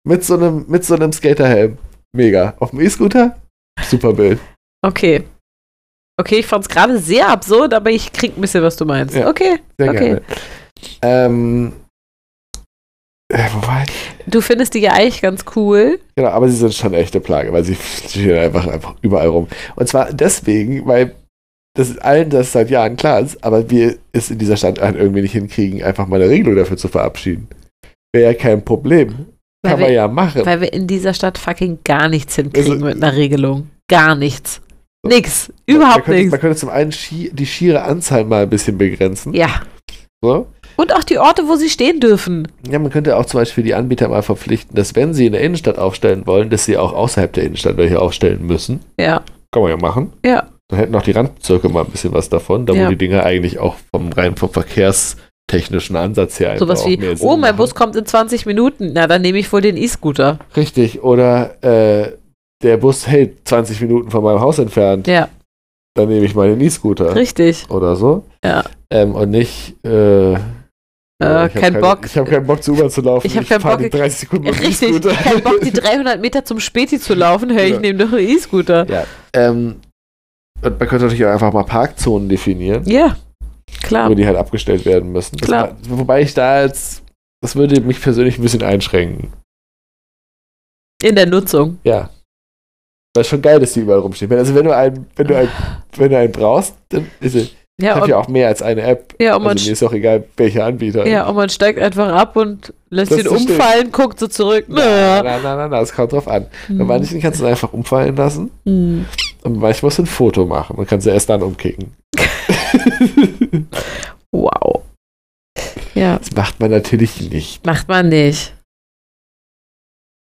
Speaker 5: Mit so einem, mit so einem Skaterhelm. Mega. Auf dem E-Scooter? Super Bild.
Speaker 4: Okay. Okay, ich fand's gerade sehr absurd, aber ich krieg ein bisschen, was du meinst.
Speaker 5: Ja.
Speaker 4: Okay.
Speaker 5: Sehr
Speaker 4: Okay.
Speaker 5: gerne. Ähm. Äh, wo war ich?
Speaker 4: Du findest die ja eigentlich ganz cool.
Speaker 5: Genau, aber sie sind schon eine echte Plage, weil sie stehen einfach, einfach überall rum. Und zwar deswegen, weil das allen das seit Jahren klar ist, aber wir es in dieser Stadt halt irgendwie nicht hinkriegen, einfach mal eine Regelung dafür zu verabschieden. Wäre ja kein Problem.
Speaker 4: Weil
Speaker 5: Kann
Speaker 4: wir-
Speaker 5: man ja machen.
Speaker 4: Weil wir in dieser Stadt fucking gar nichts hinkriegen
Speaker 5: Also-
Speaker 4: mit einer Regelung. Gar nichts. Nix.
Speaker 5: man
Speaker 4: Überhaupt
Speaker 5: könnte,
Speaker 4: nichts.
Speaker 5: Man könnte zum einen schi die schiere Anzahl mal ein bisschen begrenzen.
Speaker 4: Ja.
Speaker 5: So.
Speaker 4: Und auch die Orte, wo sie stehen dürfen.
Speaker 5: Ja, man könnte auch zum Beispiel die Anbieter mal verpflichten, dass wenn sie in der Innenstadt aufstellen wollen, dass sie auch außerhalb der Innenstadt welche aufstellen müssen.
Speaker 4: Ja.
Speaker 5: Kann man ja machen.
Speaker 4: Ja.
Speaker 5: Dann hätten auch die Randbezirke mal ein bisschen was davon, da
Speaker 4: Ja.
Speaker 5: wo die Dinger eigentlich auch vom rein vom verkehrstechnischen Ansatz her einfach
Speaker 4: Sowas
Speaker 5: auch
Speaker 4: wie,
Speaker 5: mehr Sinn
Speaker 4: oh, mein
Speaker 5: machen.
Speaker 4: Bus kommt in 20 Minuten. Na, dann nehme ich wohl den E-Scooter.
Speaker 5: Richtig, oder äh, der Bus hält 20 Minuten von meinem Haus entfernt,
Speaker 4: Ja,
Speaker 5: dann nehme ich mal den E-Scooter
Speaker 4: richtig.
Speaker 5: oder so.
Speaker 4: Ja.
Speaker 5: Ähm, und nicht, äh,
Speaker 4: Äh,
Speaker 5: ich hab
Speaker 4: kein
Speaker 5: keine-
Speaker 4: Bock.
Speaker 5: Ich habe keinen Bock, zur U-Bahn zu laufen.
Speaker 4: Ich hab keinen
Speaker 5: fahr
Speaker 4: Bock.
Speaker 5: die 30 Sekunden mit dem
Speaker 4: Richtig,
Speaker 5: E-Scooter.
Speaker 4: kein Bock, die 300 Meter zum Späti zu laufen. Hey,
Speaker 5: Ja.
Speaker 4: ich nehme doch einen E-Scooter.
Speaker 5: ähm, und man könnte natürlich auch einfach mal Parkzonen definieren.
Speaker 4: Ja, klar.
Speaker 5: wo die halt abgestellt werden müssen. Das
Speaker 4: Klar.
Speaker 5: War, wobei ich da jetzt, das würde mich persönlich ein bisschen einschränken.
Speaker 4: In der Nutzung.
Speaker 5: Ja. Weil es schon geil, dass die überall rumstehen. Also wenn du einen, wenn du einen, wenn du einen brauchst, dann ist es. Ich
Speaker 4: Ja,
Speaker 5: habe
Speaker 4: und,
Speaker 5: ja auch mehr als eine App.
Speaker 4: ja, und man,
Speaker 5: Also mir ist auch egal, welcher Anbieter.
Speaker 4: st- ja, und man steigt einfach ab und lässt
Speaker 5: Das
Speaker 4: ihn
Speaker 5: ist richtig.
Speaker 4: umfallen, guckt so zurück.
Speaker 5: Na,
Speaker 4: Na.
Speaker 5: na, na, na, na, es kommt drauf an. Bei
Speaker 4: Hm.
Speaker 5: manchen kannst du es einfach umfallen lassen
Speaker 4: Hm.
Speaker 5: und manchmal musst du ein Foto machen und kannst du erst dann umkicken.
Speaker 4: Wow. Ja,
Speaker 5: Das macht man natürlich nicht.
Speaker 4: macht man nicht.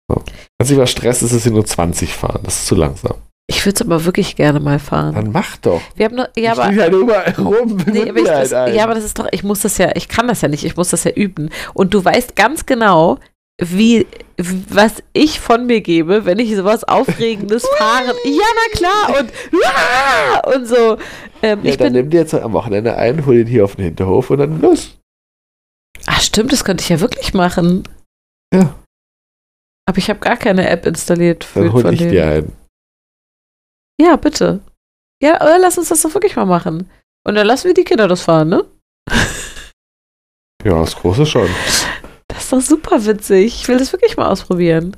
Speaker 5: Wenn sich was Stress ist, ist es nur 20 fahren. Das ist zu langsam.
Speaker 4: Ich würde es aber wirklich gerne mal fahren.
Speaker 5: Dann mach doch.
Speaker 4: Wir haben noch, ja,
Speaker 5: Die
Speaker 4: aber
Speaker 5: stehen halt überall rum.
Speaker 4: Nee, aber ich, das,
Speaker 5: halt ein.
Speaker 4: ja, aber das ist doch, ich muss das ja, ich kann das ja nicht, ich muss das ja üben. Und du weißt ganz genau, wie, w- was ich von mir gebe, wenn ich sowas Aufregendes fahre. Ja, na klar, und, Uah! und so. Ähm,
Speaker 5: Ja,
Speaker 4: ich
Speaker 5: dann
Speaker 4: bin,
Speaker 5: nimm dir jetzt am Wochenende ein, hol ihn hier auf den Hinterhof und dann los.
Speaker 4: ach stimmt, das könnte ich ja wirklich machen.
Speaker 5: Ja.
Speaker 4: Aber ich habe gar keine App installiert.
Speaker 5: Dann hol
Speaker 4: von
Speaker 5: ich
Speaker 4: denen.
Speaker 5: dir einen.
Speaker 4: Ja, bitte. Ja, oder lass uns das doch wirklich mal machen. Und dann lassen wir die Kinder das fahren, ne?
Speaker 5: Ja, das große schon.
Speaker 4: Das ist doch super witzig. Ich will das wirklich mal ausprobieren.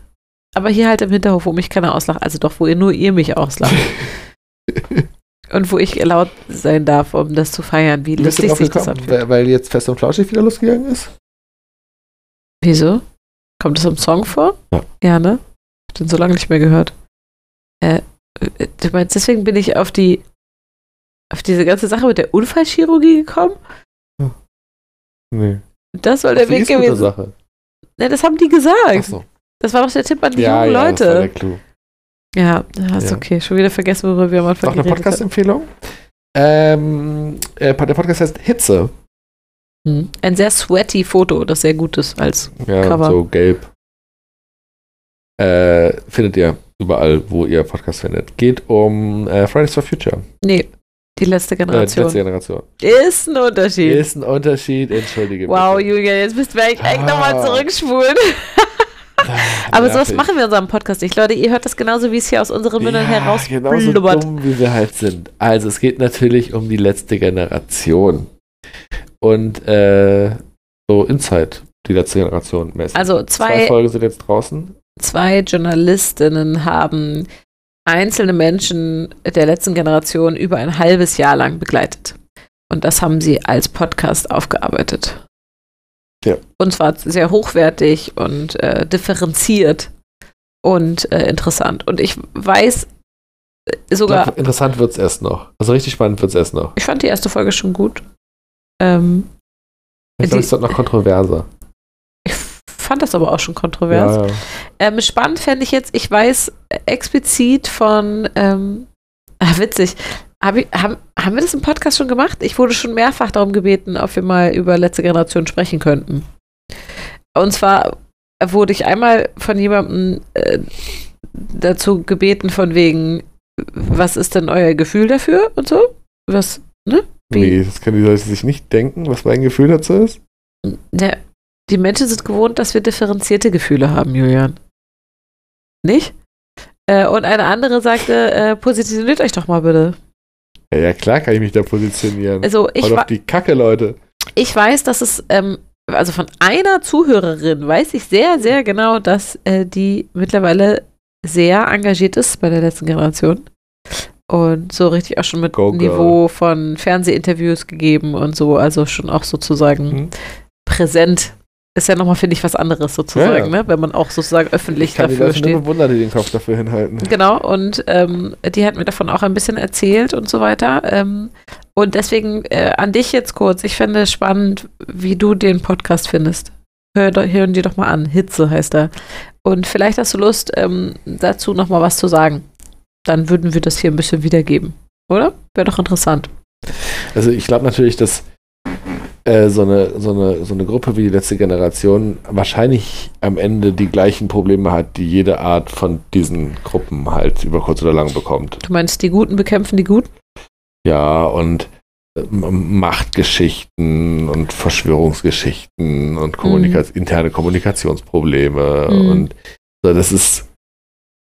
Speaker 4: Aber hier halt im Hinterhof, wo mich keiner auslacht. Also doch, wo ihr nur ihr mich auslacht. Und wo ich laut sein darf, um das zu feiern, wie
Speaker 5: Bist du
Speaker 4: lustig
Speaker 5: drauf
Speaker 4: sich das
Speaker 5: gekommen,
Speaker 4: anfühlt.
Speaker 5: weil, weil jetzt Fest und Flauschig wieder losgegangen ist?
Speaker 4: Wieso? Kommt das im Song vor?
Speaker 5: Ja.
Speaker 4: Ja, ne? Hab den so lange nicht mehr gehört. Äh, äh, du meinst, deswegen bin ich auf die auf diese ganze Sache mit der Unfallchirurgie gekommen?
Speaker 5: Nee.
Speaker 4: Das soll der Weg gewesen sein.
Speaker 5: Sache.
Speaker 4: Ne, das haben die gesagt.
Speaker 5: Achso.
Speaker 4: Das war doch der Tipp an die
Speaker 5: Ja,
Speaker 4: jungen
Speaker 5: ja, das war
Speaker 4: Leute.
Speaker 5: der Clou.
Speaker 4: Ja, ja, ist
Speaker 5: Ja.
Speaker 4: okay. Schon wieder vergessen, worüber wir am Anfang
Speaker 5: Noch eine
Speaker 4: geredet haben.
Speaker 5: Podcast-Empfehlung? Ähm, äh, der Podcast heißt Hitze.
Speaker 4: Hm. Ein sehr sweaty Foto, das sehr gut ist als
Speaker 5: Ja,
Speaker 4: Cover.
Speaker 5: so gelb. Äh, findet ihr überall, wo ihr Podcast findet. Geht um äh, Fridays for Future.
Speaker 4: nee, die letzte
Speaker 5: Äh, die
Speaker 4: Generation.
Speaker 5: letzte Generation.
Speaker 4: ist ein Unterschied.
Speaker 5: Ist ein Unterschied, entschuldige
Speaker 4: wow,
Speaker 5: bitte.
Speaker 4: Julia, jetzt müssten wir eigentlich echt nochmal
Speaker 5: Ah.
Speaker 4: zurückspulen. Aber sowas
Speaker 5: Nervig.
Speaker 4: machen wir in unserem Podcast nicht. Leute, ihr hört das genauso, wie es hier aus unseren Mündern heraus
Speaker 5: genau so
Speaker 4: blubbert.
Speaker 5: dumm, wie wir halt sind. Also es geht natürlich um die letzte Generation. Und äh, so Inside, die letzte Generation messen.
Speaker 4: Also zwei,
Speaker 5: Folgen sind jetzt draußen.
Speaker 4: zwei Journalistinnen haben einzelne Menschen der letzten Generation über ein halbes Jahr lang begleitet. Und das haben sie als Podcast aufgearbeitet.
Speaker 5: Ja.
Speaker 4: Und zwar sehr hochwertig und äh, differenziert und äh, interessant. Und ich weiß äh, sogar,
Speaker 5: Na, Interessant wird es erst noch. Also richtig spannend wird es erst noch.
Speaker 4: ich fand die erste Folge schon gut. Ähm,
Speaker 5: Ich glaube,
Speaker 4: Die-
Speaker 5: es wird noch kontroverser.
Speaker 4: ich fand das aber auch schon kontrovers.
Speaker 5: Ja, ja.
Speaker 4: Ähm, spannend fände ich jetzt, ich weiß explizit von, ähm, ah, witzig, hab ich, haben, haben wir das im Podcast schon gemacht? Ich wurde schon mehrfach darum gebeten, ob wir mal über letzte Generation sprechen könnten. Und zwar wurde ich einmal von jemandem äh, dazu gebeten, von wegen, was ist denn euer Gefühl dafür und so? Was, Wie-
Speaker 5: Nee, das können die Leute sich nicht denken, was mein Gefühl dazu ist.
Speaker 4: ne, die Menschen sind gewohnt, dass wir differenzierte Gefühle haben, Julian. nicht. Äh, und eine andere sagte, äh, positioniert euch doch mal bitte.
Speaker 5: Ja, ja, klar kann ich mich da positionieren.
Speaker 4: Also ich,
Speaker 5: Haut
Speaker 4: wa-
Speaker 5: auf die Kacke, Leute.
Speaker 4: ich weiß, dass es, ähm, also von einer Zuhörerin weiß ich sehr, sehr genau, dass äh, die mittlerweile sehr engagiert ist bei der letzten Generation. Und so richtig auch schon mit
Speaker 5: Go, girl.
Speaker 4: Niveau von Fernsehinterviews gegeben und so, also schon auch sozusagen
Speaker 5: Mhm.
Speaker 4: präsent. Ist ja nochmal, finde ich, was anderes sozusagen,
Speaker 5: Ja, ja.
Speaker 4: ne? wenn man auch sozusagen öffentlich
Speaker 5: Ich kann die
Speaker 4: dafür
Speaker 5: Leute
Speaker 4: steht.
Speaker 5: nur bewundern, die den Kopf dafür hinhalten.
Speaker 4: Genau, und ähm, die hat mir davon auch ein bisschen erzählt und so weiter. Ähm, und deswegen äh, an dich jetzt kurz. Ich fände es spannend, wie du den Podcast findest. Hör, doch- hören die doch mal an. Hitze heißt er. Und vielleicht hast du Lust, ähm, dazu nochmal was zu sagen. Dann würden wir das hier ein bisschen wiedergeben. Oder? Wäre doch interessant.
Speaker 5: Also ich glaube natürlich, dass äh, so, eine, so, eine, so eine Gruppe wie die letzte Generation wahrscheinlich am Ende die gleichen Probleme hat, die jede Art von diesen Gruppen halt über kurz oder lang bekommt.
Speaker 4: Du meinst, die Guten bekämpfen die Guten?
Speaker 5: Ja, und ähm, Machtgeschichten und Verschwörungsgeschichten und Kommunika interne Kommunikationsprobleme
Speaker 4: Mhm.
Speaker 5: und so, das ist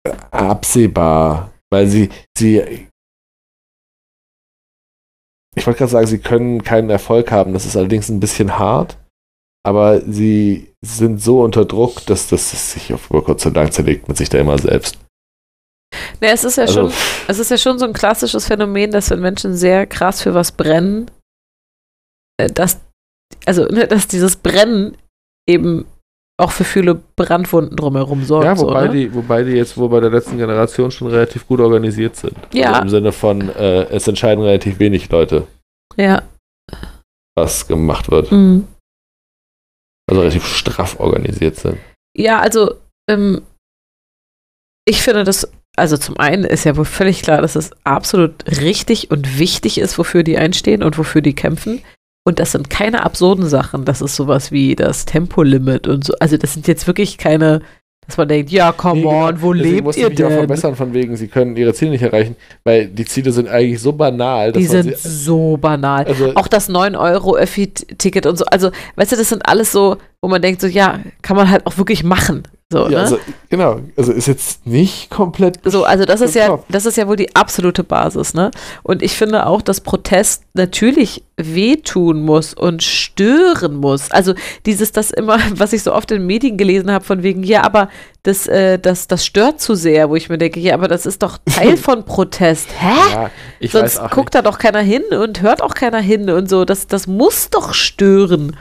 Speaker 5: äh, absehbar, weil sie, sie, ich wollte gerade sagen, sie können keinen Erfolg haben, das ist allerdings ein bisschen hart, aber sie sind so unter Druck, dass das sich auf über kurz oder lang zerlegt mit sich da immer selbst.
Speaker 4: Ne, es ist ja
Speaker 5: Also,
Speaker 4: schon Es ist ja schon so ein klassisches Phänomen, dass wenn Menschen sehr krass für was brennen, äh, dass, also, ne, dass dieses Brennen eben auch für viele Brandwunden drumherum sorgt.
Speaker 5: Ja, wobei,
Speaker 4: so, ne?
Speaker 5: die, wobei die jetzt wohl bei der letzten Generation schon relativ gut organisiert sind.
Speaker 4: Ja.
Speaker 5: Also Im Sinne von, äh, es entscheiden relativ wenig Leute,
Speaker 4: ja.
Speaker 5: was gemacht wird.
Speaker 4: mm.
Speaker 5: Also relativ straff organisiert sind.
Speaker 4: Ja, also ähm, ich finde das, also zum einen ist ja wohl völlig klar, dass es absolut richtig und wichtig ist, wofür die einstehen und wofür die kämpfen. Und das sind keine absurden Sachen. Das ist sowas wie das Tempolimit und so. Also das sind jetzt wirklich keine, dass man denkt, ja, come on, wo lebt
Speaker 5: genau. muss
Speaker 4: ihr
Speaker 5: mich auch
Speaker 4: denn?
Speaker 5: verbessern von wegen, sie können ihre Ziele nicht erreichen, weil die Ziele sind eigentlich so banal, dass
Speaker 4: Die
Speaker 5: man
Speaker 4: sind
Speaker 5: sie,
Speaker 4: so banal.
Speaker 5: also
Speaker 4: Auch das 9-Euro-Öffi-Ticket und so. Also, weißt du, das sind alles so, wo man denkt, so, ja, kann man halt auch wirklich machen. So,
Speaker 5: ja,
Speaker 4: ne?
Speaker 5: also, genau, also ist jetzt nicht komplett
Speaker 4: So, also das ist
Speaker 5: Im
Speaker 4: ja,
Speaker 5: Kopf.
Speaker 4: das ist ja wohl die absolute Basis, ne? Und ich finde auch, dass Protest natürlich wehtun muss und stören muss. Also dieses, das immer, was ich so oft in Medien gelesen habe, von wegen, ja, aber das, äh, das, das stört zu sehr, wo ich mir denke, ja, aber das ist doch Teil von Protest. Hä?
Speaker 5: ja, ich
Speaker 4: Sonst
Speaker 5: weiß auch
Speaker 4: guckt da doch keiner hin und hört auch keiner hin und so. Das, das muss doch stören.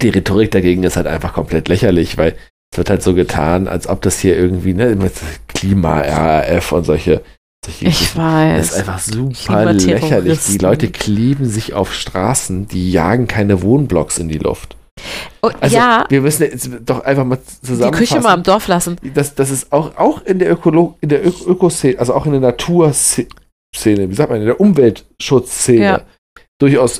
Speaker 5: die Rhetorik dagegen ist halt einfach komplett lächerlich, weil es wird halt so getan, als ob das hier irgendwie, ne, mit Klima, RAF und solche, solche
Speaker 4: Ich
Speaker 5: Das ist
Speaker 4: weiß.
Speaker 5: einfach super
Speaker 4: Klimaterroristen.
Speaker 5: lächerlich. Die Leute kleben sich auf Straßen, die jagen keine Wohnblocks in die Luft.
Speaker 4: Oh,
Speaker 5: Also
Speaker 4: ja,
Speaker 5: wir müssen jetzt doch einfach mal
Speaker 4: die
Speaker 5: zusammenfassen.
Speaker 4: Küche mal im Dorf lassen.
Speaker 5: das, das ist auch, auch in der Ökolo in der Ök Ökoszene, also auch in der Naturszene, wie sagt man, in der Umweltschutzszene
Speaker 4: Ja.
Speaker 5: durchaus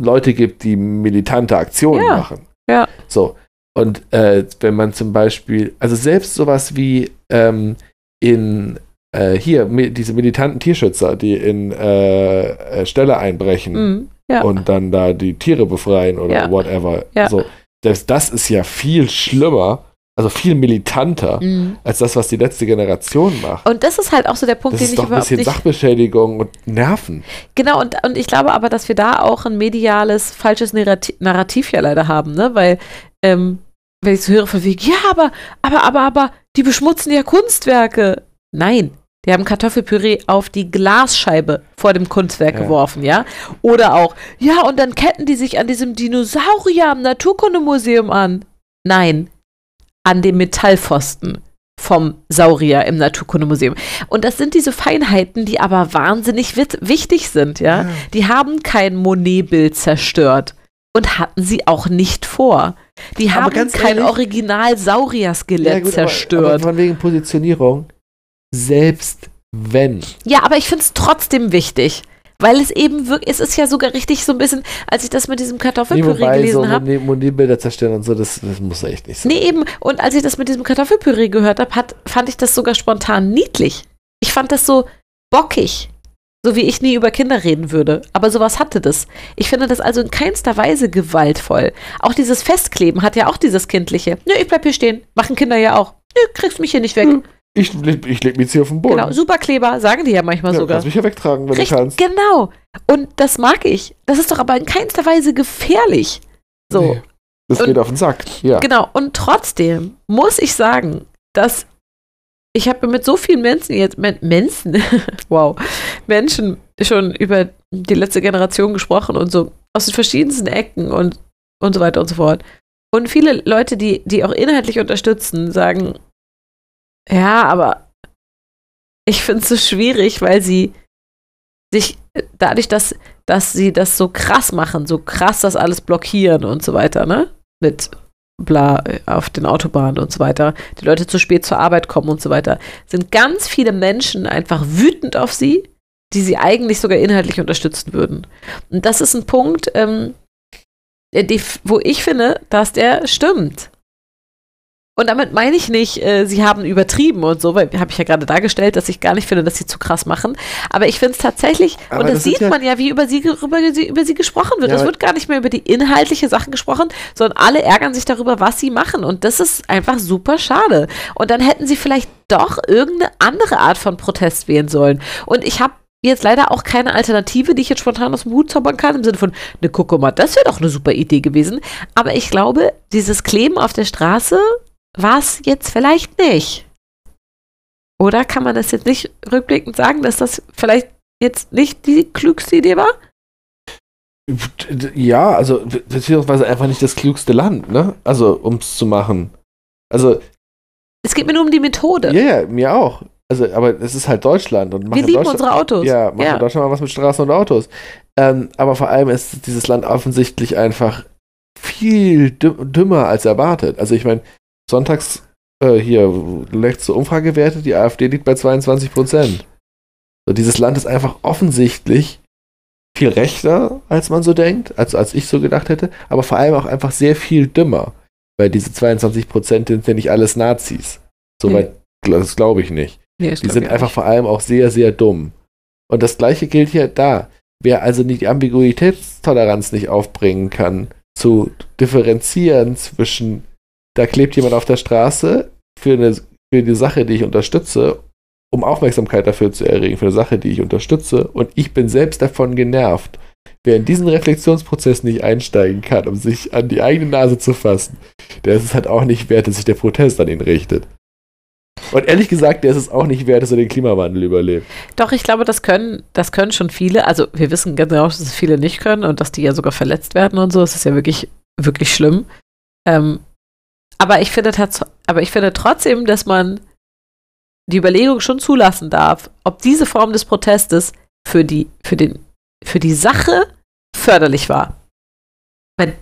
Speaker 5: Leute gibt, die militante Aktionen
Speaker 4: Ja.
Speaker 5: machen.
Speaker 4: Ja.
Speaker 5: So. Und äh, wenn man zum Beispiel, also selbst sowas wie ähm, in äh, hier, mi diese militanten Tierschützer, die in äh, äh, Ställe einbrechen
Speaker 4: Mhm. Ja.
Speaker 5: und dann da die Tiere befreien oder
Speaker 4: Ja.
Speaker 5: whatever.
Speaker 4: Ja.
Speaker 5: So. Selbst das ist ja viel schlimmer, also viel militanter,
Speaker 4: Mhm.
Speaker 5: als das, was die letzte Generation macht.
Speaker 4: Und das ist halt auch so der Punkt,
Speaker 5: Das
Speaker 4: den
Speaker 5: ist
Speaker 4: ich
Speaker 5: doch ein
Speaker 4: überhaupt
Speaker 5: bisschen
Speaker 4: nicht.
Speaker 5: Sachbeschädigung und Nerven.
Speaker 4: Genau, und, und ich glaube aber, dass wir da auch ein mediales, falsches Narrati- Narrativ ja leider haben, ne? Weil, ähm, wenn ich so höre von wegen, ja, aber, aber, aber, aber, die beschmutzen ja Kunstwerke. Nein, die haben Kartoffelpüree auf die Glasscheibe vor dem Kunstwerk
Speaker 5: Ja.
Speaker 4: geworfen, ja? Oder auch, ja, und dann ketten die sich an diesem Dinosaurier im Naturkundemuseum an. Nein, an dem Metallpfosten vom Saurier im Naturkundemuseum. Und das sind diese Feinheiten, die aber wahnsinnig wit- wichtig sind, ja. Die haben kein Monet-Bild zerstört und hatten sie auch nicht vor. Die
Speaker 5: Aber
Speaker 4: haben
Speaker 5: ganz
Speaker 4: kein
Speaker 5: ehrlich-
Speaker 4: Original-Saurier-Skelett zerstört.
Speaker 5: Aber, aber von wegen Positionierung, selbst wenn.
Speaker 4: Ja, aber ich finde es trotzdem wichtig. Weil es eben wirklich, es ist ja sogar richtig so ein bisschen, als ich das mit diesem Kartoffelpüree
Speaker 5: Nebenbei so
Speaker 4: gelesen habe.
Speaker 5: Monet- Monetbilder zerstören und so, das, das muss echt nicht sein.
Speaker 4: Nee, eben. Und als ich das mit diesem Kartoffelpüree gehört habe, hat, fand ich das sogar spontan niedlich. Ich fand das so bockig. So wie ich nie über Kinder reden würde. Aber sowas hatte das. Ich finde das also in keinster Weise gewaltvoll. Auch dieses
Speaker 5: Hm,
Speaker 4: Festkleben hat ja auch dieses Kindliche. Nö, ich bleib hier stehen. Machen Kinder ja auch. Nö, kriegst mich hier nicht weg.
Speaker 5: Ich, leg- ich leg mich jetzt hier auf den Boden.
Speaker 4: Genau, Superkleber, sagen die ja manchmal
Speaker 5: ja,
Speaker 4: sogar.
Speaker 5: Kannst mich ja wegtragen, wenn
Speaker 4: Richtig,
Speaker 5: du kannst.
Speaker 4: genau. Und das mag ich. Das ist doch aber in keinster Weise gefährlich. So,
Speaker 5: Nee. Das
Speaker 4: Und-
Speaker 5: geht auf den Sack. Ja.
Speaker 4: genau. Und trotzdem muss ich sagen, dass ich habe mit so vielen Menschen jetzt, Men Menschen, wow, Menschen schon über die letzte Generation gesprochen und so aus den verschiedensten Ecken und, und so weiter und so fort. Und viele Leute, die, die auch inhaltlich unterstützen, sagen, ja, aber ich finde es so schwierig, weil sie sich dadurch, dass, dass sie das so krass machen, so krass das alles blockieren und so weiter, ne? Mit bla äh, auf den Autobahnen und so weiter, die Leute zu spät zur Arbeit kommen und so weiter, sind ganz viele Menschen einfach wütend auf sie, die sie eigentlich sogar inhaltlich unterstützen würden. Und das ist ein Punkt, ähm, der- die, wo ich finde, dass der stimmt. Und damit meine ich nicht, äh, sie haben übertrieben und so, weil habe ich ja gerade dargestellt, dass ich gar nicht finde, dass sie zu krass machen. Aber ich finde es tatsächlich,
Speaker 5: Aber
Speaker 4: und das,
Speaker 5: das sind
Speaker 4: sieht
Speaker 5: ja-
Speaker 4: man ja, wie über sie, ge- über, sie- über sie gesprochen wird.
Speaker 5: Ja,
Speaker 4: es
Speaker 5: aber-
Speaker 4: wird gar nicht mehr über die inhaltliche Sachen gesprochen, sondern alle ärgern sich darüber, was sie machen. Und das ist einfach super schade. Und dann hätten sie vielleicht doch irgendeine andere Art von Protest wählen sollen. Und ich habe jetzt leider auch keine Alternative, die ich jetzt spontan aus dem Hut zaubern kann, im Sinne von, ne, guck mal, das wäre doch eine super Idee gewesen. Aber ich glaube, dieses Kleben auf der Straße war es jetzt vielleicht nicht. Oder kann man das jetzt nicht rückblickend sagen, dass das vielleicht jetzt nicht die klügste Idee war?
Speaker 5: Ja, also be- beziehungsweise einfach nicht das klügste Land, ne? Also, um es zu machen. Also,
Speaker 4: Es geht mir nur um die Methode.
Speaker 5: ja, ja, mir auch. Also, aber es ist halt Deutschland und
Speaker 4: Wir
Speaker 5: machen
Speaker 4: lieben
Speaker 5: Deutschland,
Speaker 4: unsere Autos.
Speaker 5: Ja, machen
Speaker 4: Ja.
Speaker 5: Deutschland mal was mit Straßen und Autos. Ähm, aber vor allem ist dieses Land offensichtlich einfach viel dü- dümmer als erwartet. Also ich meine, sonntags äh, hier letzte Umfragewerte, die AfD liegt bei 22 Prozent. So, dieses Land ist einfach offensichtlich viel rechter, als man so denkt, als, als ich so gedacht hätte, aber vor allem auch einfach sehr viel dümmer. Weil diese 22 Prozent sind ja nicht alles Nazis.
Speaker 4: Hm.
Speaker 5: Soweit, gl- das glaube ich nicht.
Speaker 4: Nee, das
Speaker 5: Die
Speaker 4: glaub
Speaker 5: sind
Speaker 4: ich
Speaker 5: einfach
Speaker 4: auch
Speaker 5: vor allem auch sehr, sehr dumm. Und das gleiche gilt hier da. Wer also nicht die Ambiguitätstoleranz nicht aufbringen kann, zu differenzieren zwischen, da klebt jemand auf der Straße für, eine, für die Sache, die ich unterstütze, um Aufmerksamkeit dafür zu erregen, für eine Sache, die ich unterstütze, und ich bin selbst davon genervt. Wer in diesen Reflexionsprozess nicht einsteigen kann, um sich an die eigene Nase zu fassen, der ist es halt auch nicht wert, dass sich der Protest an ihn richtet. Und ehrlich gesagt, der ist es auch nicht wert, dass er den Klimawandel überlebt.
Speaker 4: nicht. Doch, ich glaube, das können, das können schon viele. Also wir wissen genau, dass es viele nicht können und dass die ja sogar verletzt werden und so. Das ist ja wirklich, wirklich schlimm. Ähm, aber, ich finde, tats- aber ich finde trotzdem, dass man die Überlegung schon zulassen darf, ob diese Form des Protestes für die, für den, für die Sache förderlich war. Weil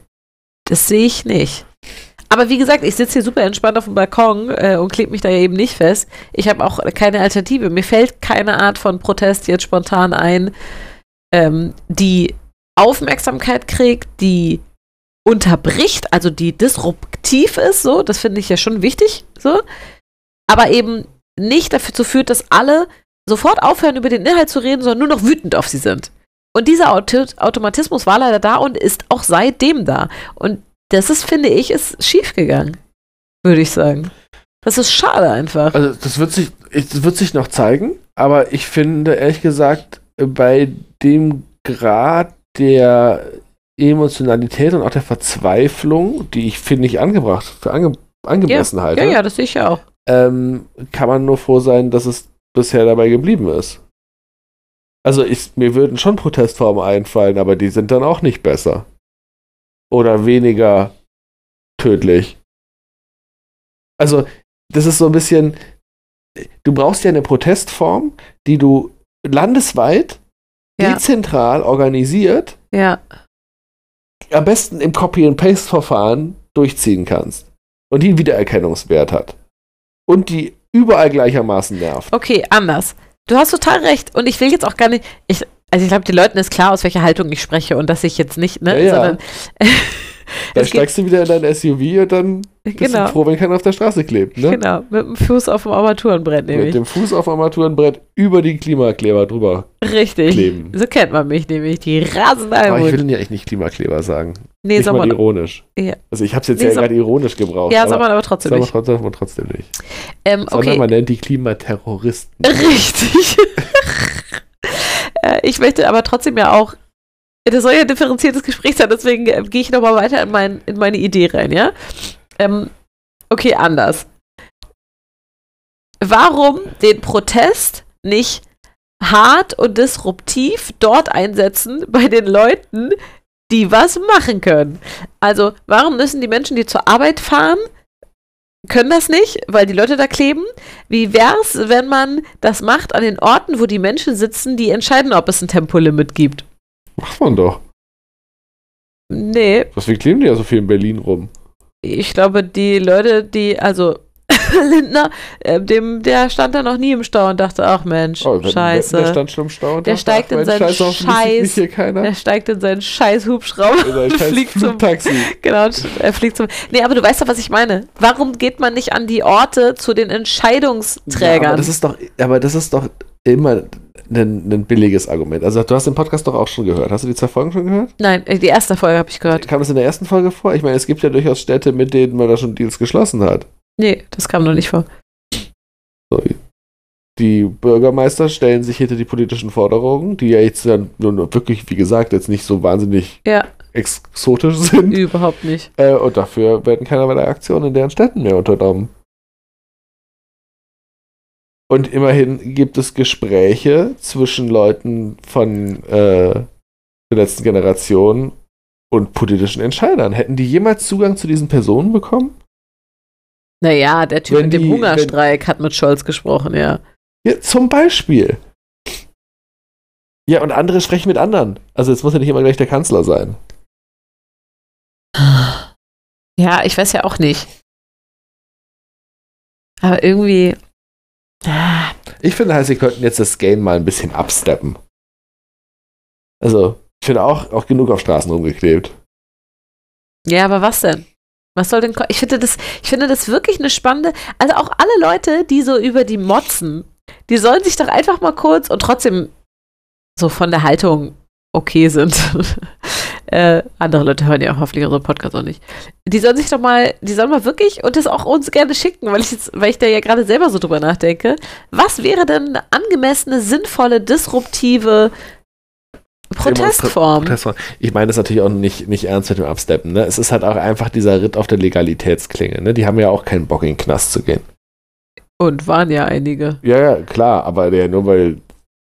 Speaker 4: das sehe ich nicht. Aber wie gesagt, ich sitze hier super entspannt auf dem Balkon äh, und klebe mich da ja eben nicht fest. Ich habe auch keine Alternative. Mir fällt keine Art von Protest jetzt spontan ein, ähm, die Aufmerksamkeit kriegt, die unterbricht, also die disruptiv ist, so, das finde ich ja schon wichtig, so, aber eben nicht dafür zu führt, dass alle sofort aufhören, über den Inhalt zu reden, sondern nur noch wütend auf sie sind. Und dieser Auto Automatismus war leider da und ist auch seitdem da. Und das ist, finde ich, ist schiefgegangen, würde ich sagen. Das ist schade einfach.
Speaker 5: Also das wird sich, ich- das wird sich noch zeigen, aber ich finde ehrlich gesagt, bei dem Grad der Emotionalität und auch der Verzweiflung, die ich finde ich angebracht, für ange, angemessen halte,
Speaker 4: Ja, ja, das sehe ich ja auch.
Speaker 5: Ähm, kann man nur froh sein, dass es bisher dabei geblieben ist. Also ich, mir würden schon Protestformen einfallen, aber die sind dann auch nicht besser. Oder weniger tödlich. Also, das ist so ein bisschen. Du brauchst ja eine Protestform, die du landesweit,
Speaker 4: Ja.
Speaker 5: dezentral organisiert,
Speaker 4: Ja,
Speaker 5: am besten im Copy-and-Paste-Verfahren durchziehen kannst. Und die einen Wiedererkennungswert hat. Und die überall gleichermaßen nervt.
Speaker 4: okay, anders. Du hast total recht. Und ich will jetzt auch gar nicht. Ich, also ich glaube, den Leuten ist klar, aus welcher Haltung ich spreche und dass ich jetzt nicht, ne?
Speaker 5: Ja, ja.
Speaker 4: Sondern
Speaker 5: Dann
Speaker 4: es geht-
Speaker 5: steigst du wieder in dein SUV und dann Bist
Speaker 4: Genau.
Speaker 5: du froh, wenn keiner auf der Straße klebt, ne?
Speaker 4: Genau, mit dem Fuß auf dem Armaturenbrett
Speaker 5: Mit
Speaker 4: nämlich.
Speaker 5: dem Fuß auf Armaturenbrett über die Klimakleber drüber
Speaker 4: Richtig.
Speaker 5: kleben.
Speaker 4: So kennt man mich nämlich, die
Speaker 5: Aber ich will
Speaker 4: Rasenalmut.
Speaker 5: denn ja echt nicht Klimakleber sagen.
Speaker 4: Nee,
Speaker 5: nicht
Speaker 4: soll
Speaker 5: mal
Speaker 4: man,
Speaker 5: ironisch.
Speaker 4: Ja.
Speaker 5: Also ich habe es jetzt
Speaker 4: Nee,
Speaker 5: ja
Speaker 4: soll-
Speaker 5: gerade ironisch gebraucht.
Speaker 4: ja,
Speaker 5: aber
Speaker 4: soll man aber trotzdem
Speaker 5: soll man
Speaker 4: nicht.
Speaker 5: trotzdem, darf man trotzdem nicht.
Speaker 4: Ähm,
Speaker 5: Sondern
Speaker 4: okay,
Speaker 5: man nennt die Klimaterroristen.
Speaker 4: richtig. Äh, ich möchte aber trotzdem ja auch, das soll ja ein differenziertes Gespräch sein, deswegen äh, gehe ich nochmal weiter in, mein, in meine Idee rein, ja? Ähm, okay, anders. Warum den Protest nicht hart und disruptiv dort einsetzen bei den Leuten, die was machen können? Also, warum müssen die Menschen, die zur Arbeit fahren, können das nicht, weil die Leute da kleben? Wie wär's, wenn man das macht an den Orten, wo die Menschen sitzen, die entscheiden, ob es ein Tempolimit gibt?
Speaker 5: Macht man doch.
Speaker 4: Nee,
Speaker 5: Deswegen kleben die ja so viel in Berlin rum.
Speaker 4: ich glaube, die Leute, die, also Lindner, äh, dem, der stand da noch nie im Stau und dachte, ach Mensch,
Speaker 5: Oh, wenn- Der
Speaker 4: scheiße.
Speaker 5: stand schon im Stau. und
Speaker 4: Der
Speaker 5: dachte,
Speaker 4: steigt
Speaker 5: ach,
Speaker 4: in
Speaker 5: Mensch,
Speaker 4: seinen
Speaker 5: scheiße, hoffentlich sieht
Speaker 4: Scheiß-
Speaker 5: mich hier keiner.
Speaker 4: Der steigt in seinen scheiß Hubschrauber
Speaker 5: In
Speaker 4: und
Speaker 5: seinen scheiß
Speaker 4: fliegt zum,
Speaker 5: Flugtaxi.
Speaker 4: genau, und er fliegt zum, nee, aber du weißt doch, was ich meine. Warum geht man nicht an die Orte zu den
Speaker 5: Ja,
Speaker 4: Entscheidungsträgern?
Speaker 5: aber, das ist doch, aber das ist doch immer ein, ein billiges Argument. Also du hast den Podcast doch auch schon gehört. Hast du die zwei Folgen schon gehört?
Speaker 4: Nein, äh, die erste Folge habe ich gehört.
Speaker 5: Kam das in der ersten Folge vor? Ich meine, es gibt ja durchaus Städte, mit denen man da schon Deals geschlossen hat.
Speaker 4: Nee, das kam noch nicht vor.
Speaker 5: Die Bürgermeister stellen sich hinter die politischen Forderungen, die ja jetzt dann nur nur wirklich, wie gesagt, jetzt nicht so wahnsinnig
Speaker 4: Ja.
Speaker 5: exotisch sind.
Speaker 4: Überhaupt nicht.
Speaker 5: Äh, und dafür werden keinerlei Aktionen in deren Städten mehr unternommen. Und immerhin gibt es Gespräche zwischen Leuten von äh, der letzten Generation und politischen Entscheidern. Hätten die jemals Zugang zu diesen Personen bekommen?
Speaker 4: Naja, der Typ
Speaker 5: Wenn
Speaker 4: mit dem
Speaker 5: die-
Speaker 4: Hungerstreik hat mit Scholz gesprochen, ja.
Speaker 5: Ja, zum Beispiel. Ja, und andere sprechen mit anderen. Also jetzt muss ja nicht immer gleich der Kanzler sein.
Speaker 4: Ja, ich weiß ja auch nicht. Aber irgendwie. Ah,
Speaker 5: Ich finde halt, sie könnten jetzt das Game mal ein bisschen absteppen. Also, ich finde auch, auch genug auf Straßen rumgeklebt.
Speaker 4: Ja, aber was denn? Was soll denn. ko- Ich finde das, ich finde das wirklich eine spannende. Also auch alle Leute, die so über die motzen, die sollen sich doch einfach mal kurz und trotzdem so von der Haltung okay sind. äh, andere Leute hören ja hoffentlich unseren Podcast auch nicht. Die sollen sich doch mal, die sollen mal wirklich und das auch uns gerne schicken, weil ich jetzt, weil ich da ja gerade selber so drüber nachdenke. Was wäre denn eine angemessene, sinnvolle, disruptive Protestform?
Speaker 5: Protestform. Ich meine das natürlich auch nicht, nicht ernst mit dem Absteppen. Ne? Es ist halt auch einfach dieser Ritt auf der Legalitätsklinge. Ne? Die haben ja auch keinen Bock, in den Knast zu gehen.
Speaker 4: Und waren ja einige.
Speaker 5: Ja, ja, klar, aber der, nur weil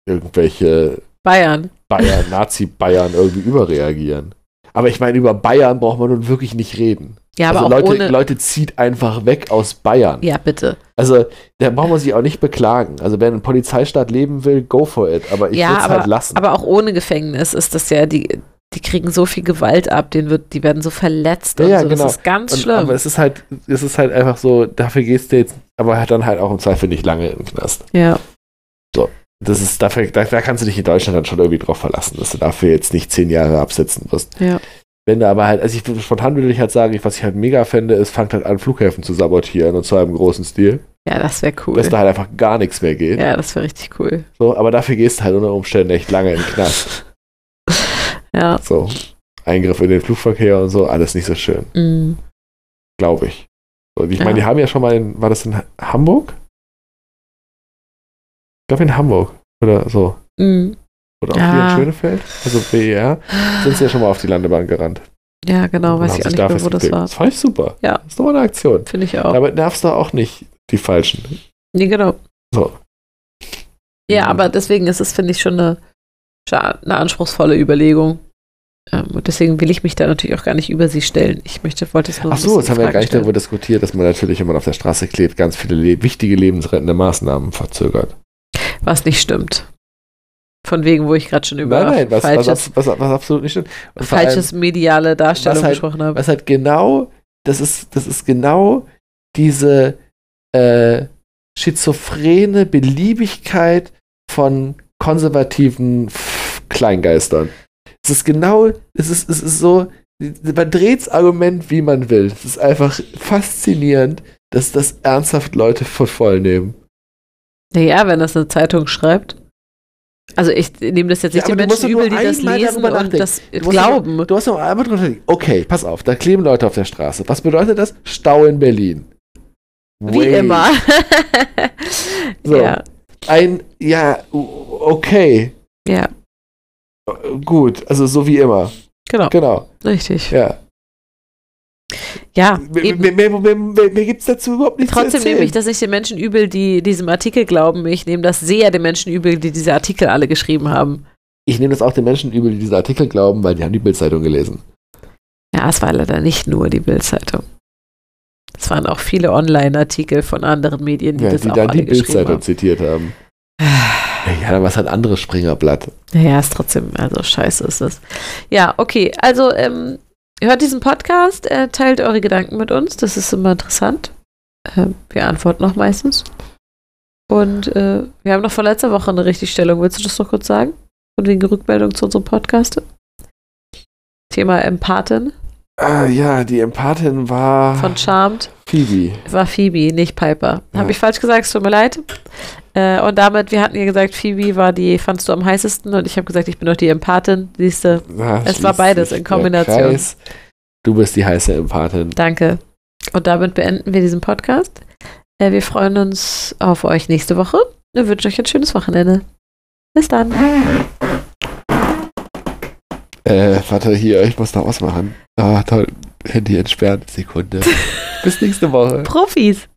Speaker 5: irgendwelche
Speaker 4: Bayern.
Speaker 5: Bayern, Nazi-Bayern irgendwie überreagieren. Aber ich meine, über Bayern braucht man nun wirklich nicht reden.
Speaker 4: Ja, aber
Speaker 5: also
Speaker 4: auch
Speaker 5: Leute,
Speaker 4: ohne.
Speaker 5: Leute zieht einfach weg aus Bayern.
Speaker 4: ja, bitte.
Speaker 5: Also da braucht man sich auch nicht beklagen. Also wer in einem Polizeistaat leben will, go for it. Aber ich
Speaker 4: Ja,
Speaker 5: würde es halt lassen.
Speaker 4: Aber auch ohne Gefängnis ist das ja, die, die kriegen so viel Gewalt ab, denen wird, die werden so verletzt
Speaker 5: Ja,
Speaker 4: und
Speaker 5: ja,
Speaker 4: so.
Speaker 5: genau.
Speaker 4: Das ist ganz
Speaker 5: Und,
Speaker 4: schlimm.
Speaker 5: aber es ist halt, es ist halt einfach so, dafür gehst du jetzt, aber halt dann halt auch im Zweifel nicht lange in den Knast.
Speaker 4: ja.
Speaker 5: Das ist, dafür, da, da kannst du dich in Deutschland dann schon irgendwie drauf verlassen, dass du dafür jetzt nicht zehn Jahre absitzen musst.
Speaker 4: Ja.
Speaker 5: Wenn du aber halt, also ich würde spontan würde ich halt sagen, ich, was ich halt mega fände, ist, fangt halt an, Flughäfen zu sabotieren und zwar im großen Stil,
Speaker 4: ja, das wäre cool.
Speaker 5: dass da halt einfach gar nichts mehr geht.
Speaker 4: ja, das wäre richtig cool.
Speaker 5: So, aber dafür gehst du halt unter Umständen echt lange in den Knast.
Speaker 4: Ja.
Speaker 5: So, Eingriff in den Flugverkehr und so, alles nicht so schön,
Speaker 4: Mm.
Speaker 5: glaube ich. Und ich
Speaker 4: Ja.
Speaker 5: meine, die haben ja schon mal in, war das in Ha- Hamburg? Ich glaube in Hamburg oder so.
Speaker 4: Mm.
Speaker 5: Oder auch
Speaker 4: Ja.
Speaker 5: hier in Schönefeld, also BER, sind sie ja schon mal auf die Landebahn gerannt.
Speaker 4: Ja, genau,
Speaker 5: Und
Speaker 4: weiß
Speaker 5: haben
Speaker 4: ich auch
Speaker 5: sich
Speaker 4: nicht
Speaker 5: da
Speaker 4: mehr, wo das
Speaker 5: festgeklebt.
Speaker 4: war.
Speaker 5: Das fand ich super.
Speaker 4: Ja.
Speaker 5: Das ist doch mal eine Aktion.
Speaker 4: Finde ich auch.
Speaker 5: Damit nervst du auch nicht die Falschen.
Speaker 4: Nee, genau.
Speaker 5: So.
Speaker 4: Ja,
Speaker 5: Mhm.
Speaker 4: aber deswegen ist es, finde ich, schon eine, schon eine anspruchsvolle Überlegung. Ähm, Und deswegen will ich mich da natürlich auch gar nicht über sie stellen. Ich möchte, wollte es nur
Speaker 5: Ach
Speaker 4: ein
Speaker 5: so,
Speaker 4: bisschen
Speaker 5: jetzt haben wir ja
Speaker 4: Fragen
Speaker 5: gar nicht
Speaker 4: stellen.
Speaker 5: darüber diskutiert, dass man natürlich, wenn man auf der Straße klebt, ganz viele le wichtige lebensrettende Maßnahmen verzögert.
Speaker 4: was nicht stimmt. Von wegen, wo ich gerade schon über
Speaker 5: nein, nein, was, was,
Speaker 4: falsches,
Speaker 5: abs- was, was absolut nicht stimmt. Und vor allem-
Speaker 4: falsches mediale Darstellung
Speaker 5: was halt-
Speaker 4: gesprochen habe.
Speaker 5: was halt genau, das ist, das ist genau diese äh, schizophrene Beliebigkeit von konservativen F- Kleingeistern. Es ist genau, es ist, es ist so, man dreht's Argument, wie man will. Es ist einfach faszinierend, dass das ernsthaft Leute für voll nehmen.
Speaker 4: Naja, wenn das eine Zeitung schreibt. Also ich nehme das jetzt
Speaker 5: Ja,
Speaker 4: nicht
Speaker 5: aber
Speaker 4: den
Speaker 5: du musst
Speaker 4: Menschen
Speaker 5: doch nur
Speaker 4: übel, die das
Speaker 5: einmal
Speaker 4: lesen
Speaker 5: darüber
Speaker 4: und
Speaker 5: nachdenken.
Speaker 4: das
Speaker 5: Du musst
Speaker 4: glauben.
Speaker 5: Aber, du hast noch einmal drunter gedacht, okay, pass auf, da kleben Leute auf der Straße. Was bedeutet das? Stau in Berlin.
Speaker 4: Wie
Speaker 5: Wait.
Speaker 4: immer.
Speaker 5: So.
Speaker 4: Ja,
Speaker 5: Ein, ja, okay,
Speaker 4: ja,
Speaker 5: gut, also so wie immer.
Speaker 4: genau,
Speaker 5: Genau,
Speaker 4: richtig.
Speaker 5: ja.
Speaker 4: Ja,
Speaker 5: Mehr,
Speaker 4: eben.
Speaker 5: mehr, mehr, mehr, mehr, mehr gibt's dazu überhaupt nicht zu
Speaker 4: Trotzdem
Speaker 5: erzählen.
Speaker 4: nehme ich das nicht den Menschen übel, die diesem Artikel glauben. Ich nehme das sehr den Menschen übel, die diese Artikel alle geschrieben haben.
Speaker 5: Ich nehme das auch den Menschen übel, die diesen Artikel glauben, weil die haben die Bildzeitung gelesen.
Speaker 4: Ja, es war leider nicht nur die Bild-Zeitung. Es waren auch viele Online-Artikel von anderen Medien, die
Speaker 5: Ja,
Speaker 4: das
Speaker 5: die
Speaker 4: auch
Speaker 5: dann
Speaker 4: alle
Speaker 5: die
Speaker 4: geschrieben
Speaker 5: Bildzeitung
Speaker 4: haben. Ah.
Speaker 5: zitiert haben. Ja, dann war es halt anderes Springerblatt.
Speaker 4: Naja, ist trotzdem, also scheiße ist es. Ja, okay, also ähm, hört diesen Podcast, äh, teilt eure Gedanken mit uns, das ist immer interessant. Ähm, wir antworten auch meistens. Und äh, wir haben noch vor letzter Woche eine Richtigstellung, willst du das noch kurz sagen? Von wegen Rückmeldung zu unserem Podcast? Thema Empathin
Speaker 5: Ah, ja, die Empathin war
Speaker 4: von Charmed
Speaker 5: Phoebe.
Speaker 4: war Phoebe, nicht Piper.
Speaker 5: Ja.
Speaker 4: Habe ich falsch gesagt, es tut mir leid. Äh, und damit, wir hatten ja gesagt, Phoebe war die, fandst du am heißesten und ich habe gesagt, ich bin doch die Empathin, siehste.
Speaker 5: Ah,
Speaker 4: Es war
Speaker 5: schließt
Speaker 4: beides
Speaker 5: sich
Speaker 4: in
Speaker 5: der
Speaker 4: Kombination.
Speaker 5: Kreis. Du bist die heiße Empathin.
Speaker 4: Danke. Und damit beenden wir diesen Podcast. Äh, Wir freuen uns auf euch nächste Woche und wünschen euch ein schönes Wochenende. Bis dann.
Speaker 5: Äh, warte, hier, ich muss noch was machen. Ah, toll. Handy entsperrt. Sekunde. Bis nächste Woche.
Speaker 4: Profis.